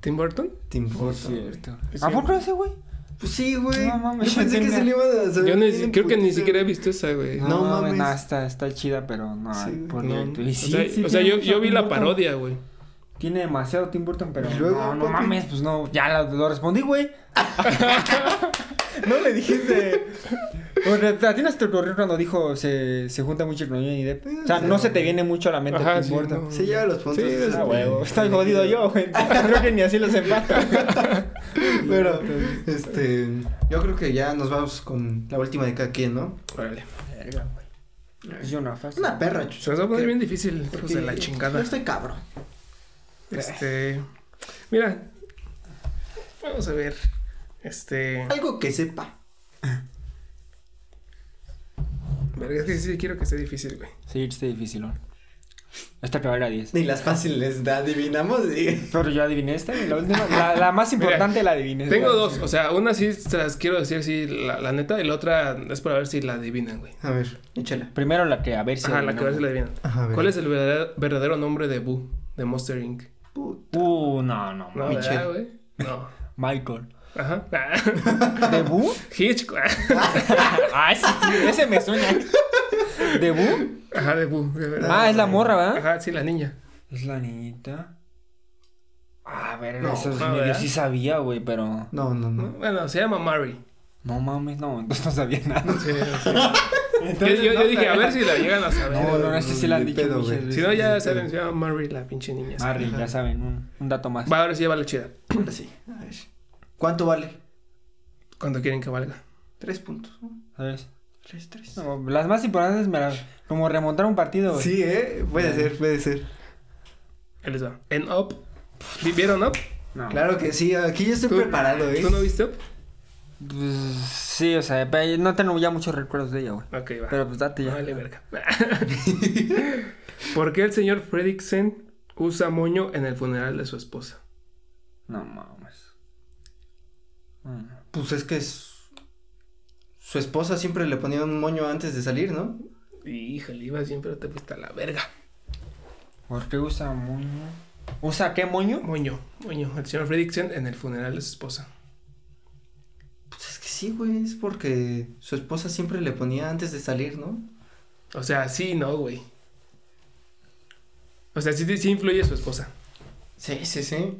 B: Tim Burton.
A: Tim
C: Por
A: Burton. güey.
C: cierto.
B: Es
C: ¿A
B: cierto.
C: poco ese, güey?
A: Pues sí, güey.
C: No mames,
A: Yo pensé que
C: tenía-
A: se le iba a saber
B: Yo ni si-
A: bien
B: creo que ni
A: putiza.
B: siquiera he visto esa, güey.
A: No
C: No, mames.
A: mames.
C: No, está, está chida, pero no,
A: Sí,
C: por
B: No.
C: directo.
B: o
C: Y sí,
B: sea,
C: sí
B: o sea,
C: tiene
B: yo,
C: mucho
B: yo vi
C: Tim
B: la
C: Burton.
B: parodia, güey.
C: Tiene demasiado Tim Burton, pero
A: Y luego,
C: no, no
A: papi.
C: mames, pues no, ya lo, lo respondí, güey. no le dijiste. Bueno, Pues, ¿A ti no se te ocurrió cuando dijo se, se junta mucho con Johnny Depp? O sea,
A: Sí,
C: no
A: no.
C: se te viene mucho a la mente,
B: Ajá,
C: no
B: sí,
C: importa.
B: no.
A: Se lleva los puntos.
B: Sí, es
A: este,
C: Ah, huevo. Estoy jodido yo, güey. Creo que ni así los empato.
A: Pero, este, yo creo que ya nos vamos con la última de cada quien, ¿no?
B: Órale.
C: Verga, güey. Es una fase.
A: Una perra, chus.
B: Se las va a poner
A: Que-
B: bien difícil, hijos de la
A: que-
B: chingada.
A: Yo estoy cabrón.
B: Este. Mira. Vamos a ver. Este.
A: Algo que sepa.
B: Verga, es que sí quiero que esté difícil, güey.
C: Sí, está difícil, ¿no? Esta que vale a 10.
A: Ni las fáciles da- adivinamos. y-
C: Pero yo adiviné esta, güey, la última. La, la más
B: Mira,
C: importante la adiviné.
B: Tengo
C: güey.
B: dos, o sea, una sí se las quiero decir, sí, la, la neta, y la otra es para ver si la adivinan, güey.
A: A ver, échala.
C: Primero la que a ver si.
B: Ajá, la que a ver si la adivinan.
A: Ajá, a ver.
B: ¿Cuál es el verdadero, verdadero nombre de Boo, de Monster Inc.?
A: Puta.
C: Uh, no, no.
B: No,
C: mi-
B: ¿verdad, güey? No.
C: Michael.
B: Ajá.
C: ¿De Boo?
B: Hitchcock.
C: ah, sí, sí, ese me suena. ¿De Boo?
B: Ajá, de Boo. de verdad.
C: Ah, es la morra, ¿verdad?
B: Ajá, sí, la niña.
C: Es la niñita. Ah, A ver,
B: No,
C: esos
B: no,
C: yo
B: ¿verdad?
C: sí sabía, güey, pero.
A: No, no, no.
B: Bueno, se llama Mary.
C: No mames, no, entonces no sabía nada.
B: Sí, sí. Yo- yo, yo dije, a ver si la llegan a saber.
C: No, no, no, este sí Ah. la han
A: Ni
C: dicho
A: pedo,
C: muchas
A: güey.
C: veces.
B: Si no, ya saben, se llama Mary, la pinche niña. esa.
C: Marry, ya saben, un, un dato más.
B: Va, ahora sí, lleva la chida.
A: Ahora sí. A ver. ¿Cuánto vale?
B: Cuando quieren que valga.
A: Tres puntos. ¿no?
C: ¿Sabes?
A: Tres, tres.
C: No, las más importantes me las. Como remontar un partido, güey.
A: Sí, ¿eh?
B: Ah.
A: Puede ser, puede ser.
B: Ahí les va. En Up. ¿Vi- ¿Vieron Up?
C: No.
A: Claro que sí, aquí yo estoy
B: ¿Tú-
A: preparado, ¿eh?
B: ¿Tú no viste Up?
C: Pues, sí, o sea, pero no tengo ya muchos recuerdos de ella, güey.
B: Ok, va.
C: Pero pues date ya.
B: Vale, verga. ¿Por qué el señor Fredricksen usa moño en el funeral de su esposa?
C: No mames. Mm.
A: Pues es que es- su esposa siempre le ponía un moño antes de salir, ¿no?
B: Híjole, iba siempre te fuiste a la verga.
C: ¿Por qué usa moño? ¿Usa qué moño?
B: Moño, moño. El señor Fredricksen en el funeral de su esposa.
A: Pues es que sí, güey, es porque su esposa siempre le ponía antes de salir, ¿no?
B: O sea, sí, no, güey. O sea, sí, sí influye su esposa.
A: Sí, sí, sí.
C: ¿Se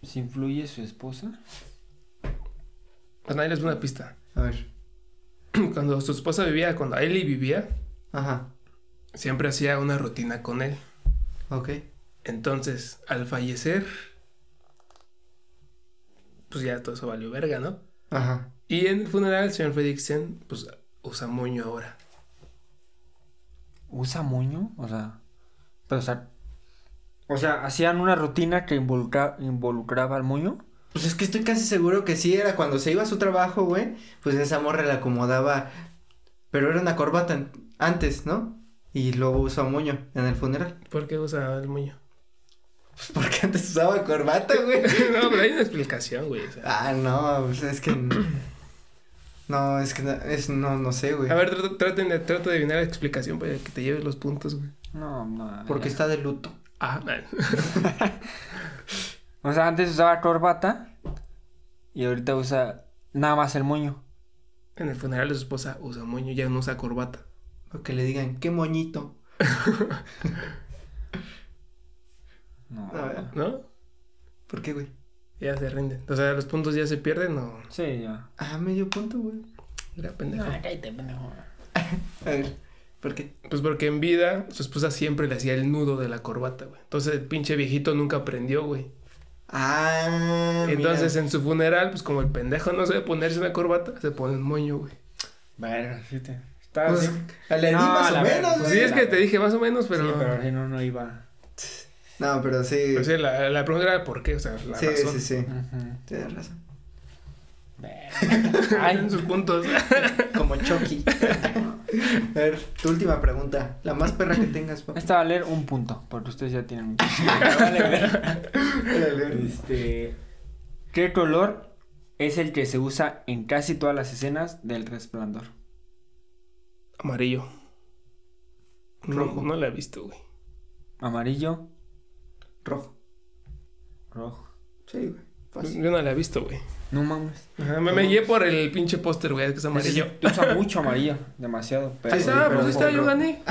C: Pues, influye su esposa?
B: Pues nadie les da una pista.
A: A ver.
B: Cuando su esposa vivía, cuando Ellie vivía,
A: Ajá.
B: siempre hacía una rutina con él.
A: Ok.
B: Entonces, al fallecer, pues ya todo eso valió verga, ¿no?
A: Ajá.
B: Y en el funeral, el señor Fredricksen, pues usa moño ahora.
C: ¿Usa moño? O sea. Pero, o sea. O sea, hacían una rutina que involucra- involucraba al moño.
A: Pues es que estoy casi seguro que sí era cuando se iba a su trabajo, güey, pues esa morra le acomodaba, pero era una corbata an- antes, ¿no? Y luego usó moño en el funeral.
B: ¿Por qué usa el moño?
A: Pues porque antes usaba corbata, güey.
B: no, pero hay una explicación, güey. o sea.
A: Ah, no, pues es que no, es que no, es no no sé, güey.
B: A ver, tr- traten de, trata de adivinar la explicación para que te lleves los puntos, güey.
C: No, no.
A: Porque está de luto.
B: Ah, man.
C: O sea, antes usaba corbata. Y ahorita usa nada más el moño.
B: En el funeral de su esposa usa moño, ya no usa corbata.
A: O que le digan, qué moñito.
C: No.
B: Ah,
A: A ver.
B: ¿No?
A: ¿Por qué, güey?
B: Ya se rinden. O sea, los puntos ya se pierden o.
C: Sí, ya.
A: Ah, medio punto, güey.
B: Era pendejo.
A: A ver, ¿por qué?
B: Pues porque en vida su esposa siempre le hacía el nudo de la corbata, güey. Entonces el pinche viejito nunca aprendió, güey.
A: Ah, mira.
B: Entonces en su funeral, pues como el pendejo no sabe ponerse una corbata, se pone un moño, güey.
C: Verga, fíjate. Estaba
A: Pues,
B: Ah,
A: le di
C: No,
A: más
C: la
A: o menos,
C: verdad,
A: güey.
B: Pues sí, es que te dije más o menos, pero...
C: si no, no iba.
A: No, pero sí.
B: pero Pues sí, la, la pregunta era por qué, o sea, la
A: sí,
B: razón.
A: sí, sí.
C: Ujú.
A: Tienes razón.
B: Ay, en sus puntos.
A: Como Chucky. A ver, tu última pregunta. La más perra que tengas, papá.
C: Esta va a leer un punto, porque ustedes ya tienen mucho. Vale, verga. este, ¿Qué color es el que se usa en casi todas las escenas del resplandor?
B: Amarillo.
A: Rojo.
B: Rojo. No, la he visto, güey.
C: Amarillo,
A: Rojo.
C: rojo.
A: Pues Sí, güey. Fácil.
B: Yo no la he visto, güey.
C: No mames.
B: Ajá, me, me guié por el pinche póster, güey, que es amarillo.
C: Ese se usa mucho amarillo, demasiado. Pero,
B: Ahí está, pues ahí está, yo gané.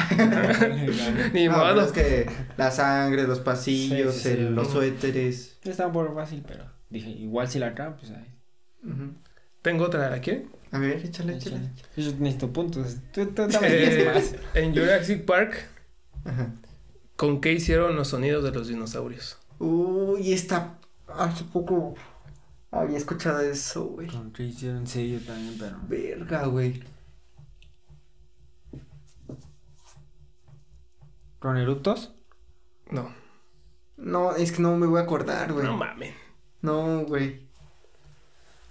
B: Ni
A: No, pero
B: modo.
A: Ah, pues es que la sangre, los pasillos,
C: Sí, sí, sí.
A: el- los suéteres.
C: Está un poco fácil, pero dije, igual si la acá, pues ahí.
A: Ujú.
B: Tengo otra, ¿la quieren?
A: A ver, échale, échale.
C: Échale. Yo Pues, necesito puntos. Tú, tú dame diez
B: Eh,
C: más.
B: en Jurassic Park,
A: Ajá.
B: ¿con qué hicieron los sonidos de los dinosaurios?
A: Uy, esta hace poco había escuchado eso, güey.
C: Con qué hicieron sí, yo también, pero.
A: Verga, güey.
C: ¿Con eruptos?
B: No,
A: No, es que no me voy a acordar, güey.
B: no mames.
A: No, güey.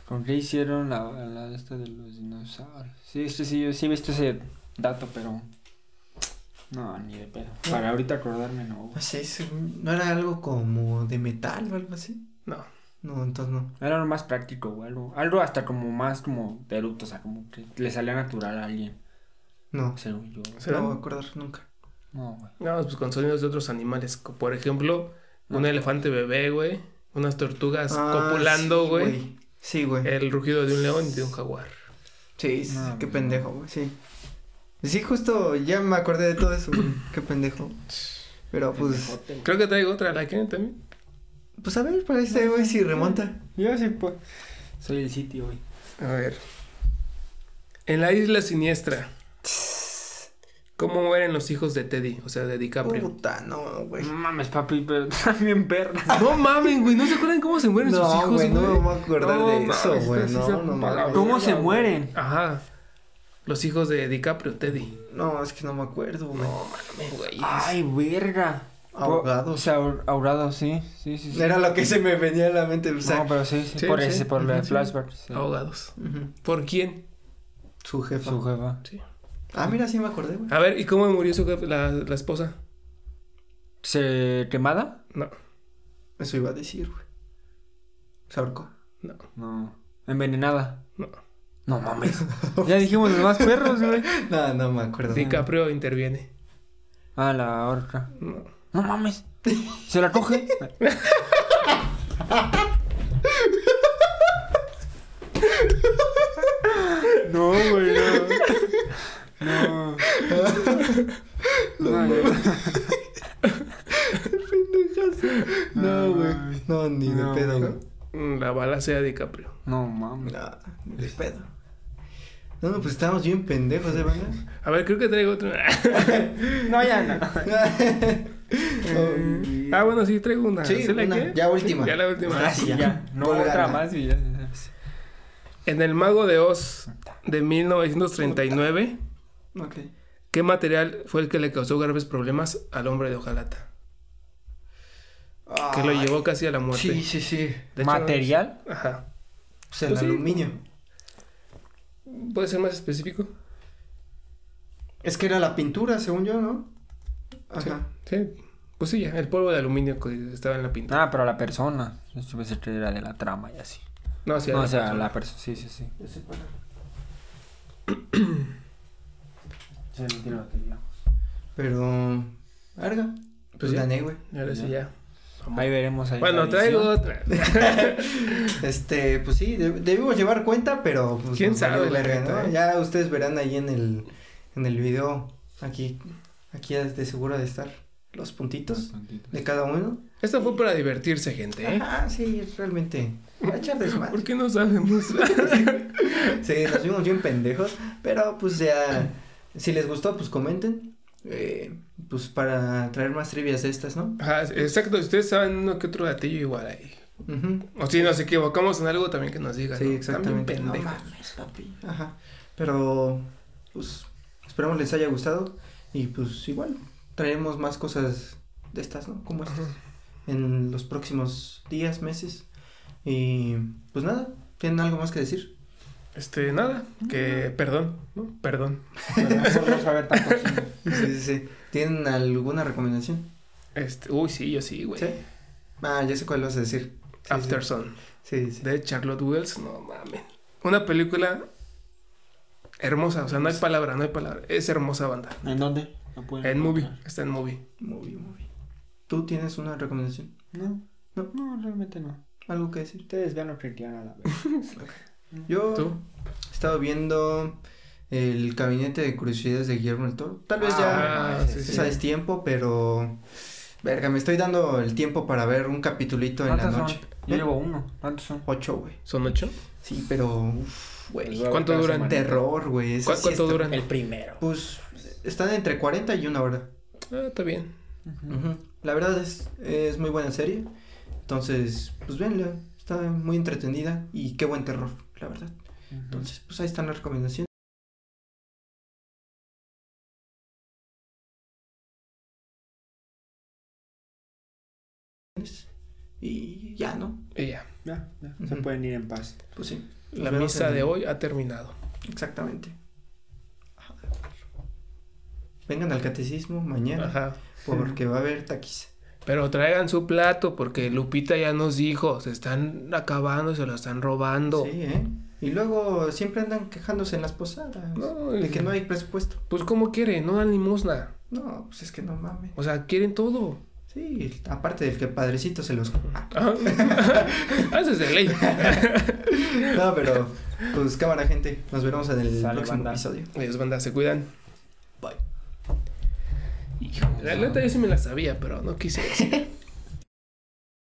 C: ¿Con qué hicieron la, la esta de los dinosaurios? Sí, este sí, sí, yo sí he visto ese dato, pero. No, ni de pedo. Para ahorita acordarme, no. güey.
A: No sé, es- no era algo como de metal o algo así.
B: No.
A: No, entonces no.
C: Era lo más práctico, güey, algo, algo hasta como más como de eruptos, o sea, como que le salía natural a alguien,
A: No,
C: según yo.
A: no
B: ¿Será?
A: me voy a acordar nunca.
C: No, güey.
B: No, pues con sonidos de otros animales. co- Por ejemplo, un elefante bebé, güey. Unas tortugas
A: Ah,
B: copulando,
A: sí,
B: güey.
A: Sí, güey.
B: el rugido de un león y de un jaguar.
A: Sí, sí,
C: No,
A: qué
C: güey.
A: pendejo, güey, sí. Sí, justo ya me acordé de todo eso, güey. Qué pendejo. Pero pues,
C: Pendejote, güey.
B: Creo que traigo otra, ¿la quieren también?
A: pues a ver, para este, güey, si remonta.
C: Yo sí, pues. Soy el sitio, güey.
B: A ver. En la isla siniestra. ¿Cómo eran los hijos de Teddy? O sea, de DiCaprio.
A: Puta, no, güey.
C: No mames, papi, pero también perra.
B: No mamen, güey. ¿No se acuerdan cómo se mueren sus
A: No,
B: hijos,
A: güey,
B: güey?
A: no me voy a acordar
B: No,
A: de
B: mames,
A: eso, güey.
B: esta sí
A: No,
B: se
A: no,
B: ocupa la
A: mames.
B: verga.
C: ¿Cómo se mueren?
B: Ajá. Los hijos de DiCaprio, Teddy.
A: No, es que no me acuerdo, güey.
B: No mames, güey.
C: Ay, verga.
A: Ahogados.
C: O sea, ahor- ahogados, sí. Sí, sí, sí.
A: Era lo que se me venía a la mente, o sea.
C: no, pero sí, sí,
B: sí,
C: por
B: sí.
C: ese, por la
B: Ujú, sí.
C: flashback. sí.
A: Oh,
B: Ahogados.
A: Ujú.
B: ¿Por quién?
A: Su jefa.
C: Su jefa.
B: Sí.
A: Ah, mira, sí me acordé, güey.
B: A ver, ¿y cómo murió su jefe- la, la esposa?
C: ¿Se quemada?
B: No,
A: Eso iba a decir, güey. Se ahorcó.
B: no,
C: No. ¿Envenenada?
B: no.
C: No mames. ya dijimos los más perros, güey.
A: No, no me acuerdo.
B: DiCaprio interviene.
C: Ah, la horca.
B: No.
C: No mames. ¿Se la coge? no, güey, no. No. No, güey.
A: No, güey. No, ni
C: No,
A: de pedo,
C: güey.
A: güey.
B: La bala sea DiCaprio.
C: No mames.
A: No, ni de pedo. No, no, pues estábamos bien pendejos, ¿eh, ¿de verdad?
B: A ver, creo que traigo otra.
C: No, ya no.
B: ah, bueno, sí, traigo una.
A: Sí,
B: ¿Se la
A: una,
B: quiere?
A: ya última.
B: Ya la última.
A: Ah, sí, ya.
C: No,
A: Colgada.
C: otra más y ya.
B: En El Mago de Oz de 1939,
A: Ok.
B: ¿qué material fue el que le causó graves problemas al hombre de hojalata? Que lo
A: Ay,
B: llevó casi a la muerte.
A: Sí, sí, sí.
B: De hecho,
C: ¿Material?
B: Ajá.
A: Pues el
B: Pues sí.
A: aluminio.
B: ¿Puede ser más específico?
A: Es que era la pintura, según yo, ¿no? Ajá.
B: Sí. Pues sí, ya, el polvo de aluminio que estaba en la pintura.
C: Ah, pero la persona. Yo supe que era de la trama y así.
B: No, sí,
C: No, o sea,
B: persona.
C: la persona. Sí, sí, sí. Se le tira la batería.
A: Pero. Verga.
B: Pues
A: Pues
B: ya.
A: gané, güey.
B: Ahora sí, ya.
C: Ahí veremos. Ahí
B: Bueno,
C: la edición.
B: traigo otra.
A: Este, pues sí, deb- debimos llevar cuenta, pero. Pues,
B: ¿Quién
A: nos valió
B: sabe, la
A: verga,
B: neta,
A: ¿no?
B: eh?
A: Ya ustedes verán ahí en el, en el video. Aquí, aquí de seguro de estar los puntitos de cada uno.
B: Esto fue para divertirse, gente, ¿eh?
A: Ah, sí, realmente. A echar desmadre.
B: ¿Por qué no sabemos?
A: Sí, nos vimos bien pendejos, pero pues ya, si les gustó, pues comenten, eh, pues para traer más trivias de estas, ¿no?
B: Ajá, Ah, exacto, ustedes saben uno que otro gatillo igual ahí.
A: Ujú.
B: O si nos equivocamos en algo también que nos digan.
A: Sí,
B: ¿no?
A: exactamente.
B: También pendejos.
A: No mames, papi. Ajá, pero pues esperamos les haya gustado y pues igual traeremos más cosas de estas, ¿no? Como estas, en los próximos días, meses, y pues nada, ¿tienen algo más que decir?
B: Este, nada, que perdón, ¿no? Perdón.
C: Por saber tanto chino.
A: Sí, sí, sí. ¿Tienen alguna recomendación?
B: Este, uy, sí, yo sí, güey.
A: ¿Sí? Ah, ya sé cuál vas a decir. Sí, sí.
B: Afterson,
A: Sí, sí.
B: de Charlotte Wells, no mames. Una película hermosa, o sea, no hay palabra, no hay palabra. Es hermosa banda.
C: ¿En dónde? No pueden
B: En movie,
C: encontrar.
B: está en movie.
A: Movie, movie. ¿Tú tienes una recomendación?
C: No,
A: No.
C: no, no, realmente no.
A: ¿Algo que decir?
C: Ustedes vean lo que quieran a la vez.
A: Yo
B: ¿Tú?
A: he estado viendo el gabinete de curiosidades de Guillermo del Toro. Tal vez ya
B: Ah,
C: no, ese
B: sí,
A: es
B: sí.
A: a destiempo, pero... Verga, me estoy dando el tiempo para ver un capitulito en la
C: ¿Cuántas son?
A: noche.
C: Yo llevo uno. ¿Cuántos son?
A: Ocho, güey.
B: ¿Son ocho? Pues,
A: Sí, pero... uf, güey.
C: Les voy a
B: ¿Cuánto
C: aventar
B: duran?
C: esa manita.
A: Terror, güey. ese
B: ¿Cuá-
A: sí
B: ¿Cuánto
A: está-
B: duran?
D: El primero.
A: Pues están entre 40 y una hora.
B: Ah, está bien.
A: Ujú. La verdad es, es muy buena serie. Entonces, pues véanla. Está muy entretenida y qué buen terror, la verdad. Entonces, pues ahí están las recomendaciones. Y ya, ¿no?
B: Y ya.
C: Ya, ya. Se
A: Ujú.
C: pueden ir en paz.
A: Pues sí.
B: La
A: Nos vemos
B: misa
A: en-
B: de hoy ha terminado.
A: Exactamente. Vengan al catecismo mañana
B: Ajá.
A: porque va a haber taquis.
B: Pero traigan su plato porque Lupita ya nos dijo, se están acabando, se lo están robando.
A: Sí, ¿eh? Y luego siempre andan quejándose en las posadas
B: No,
A: de
B: y-
A: que no hay presupuesto.
B: Pues como quieren, no dan limosna.
A: No, pues es que no mames.
B: O sea, quieren todo.
A: Sí, aparte del que padrecito se los... Ah,
B: Ah, Eso es de ley.
A: No, pero pues cámara gente, nos veremos en el
D: Sale,
A: próximo
D: banda.
A: episodio.
B: Ellos banda, se cuidan.
A: Bye.
B: Hijo, la neta yo sí me la sabía, pero no quise decir.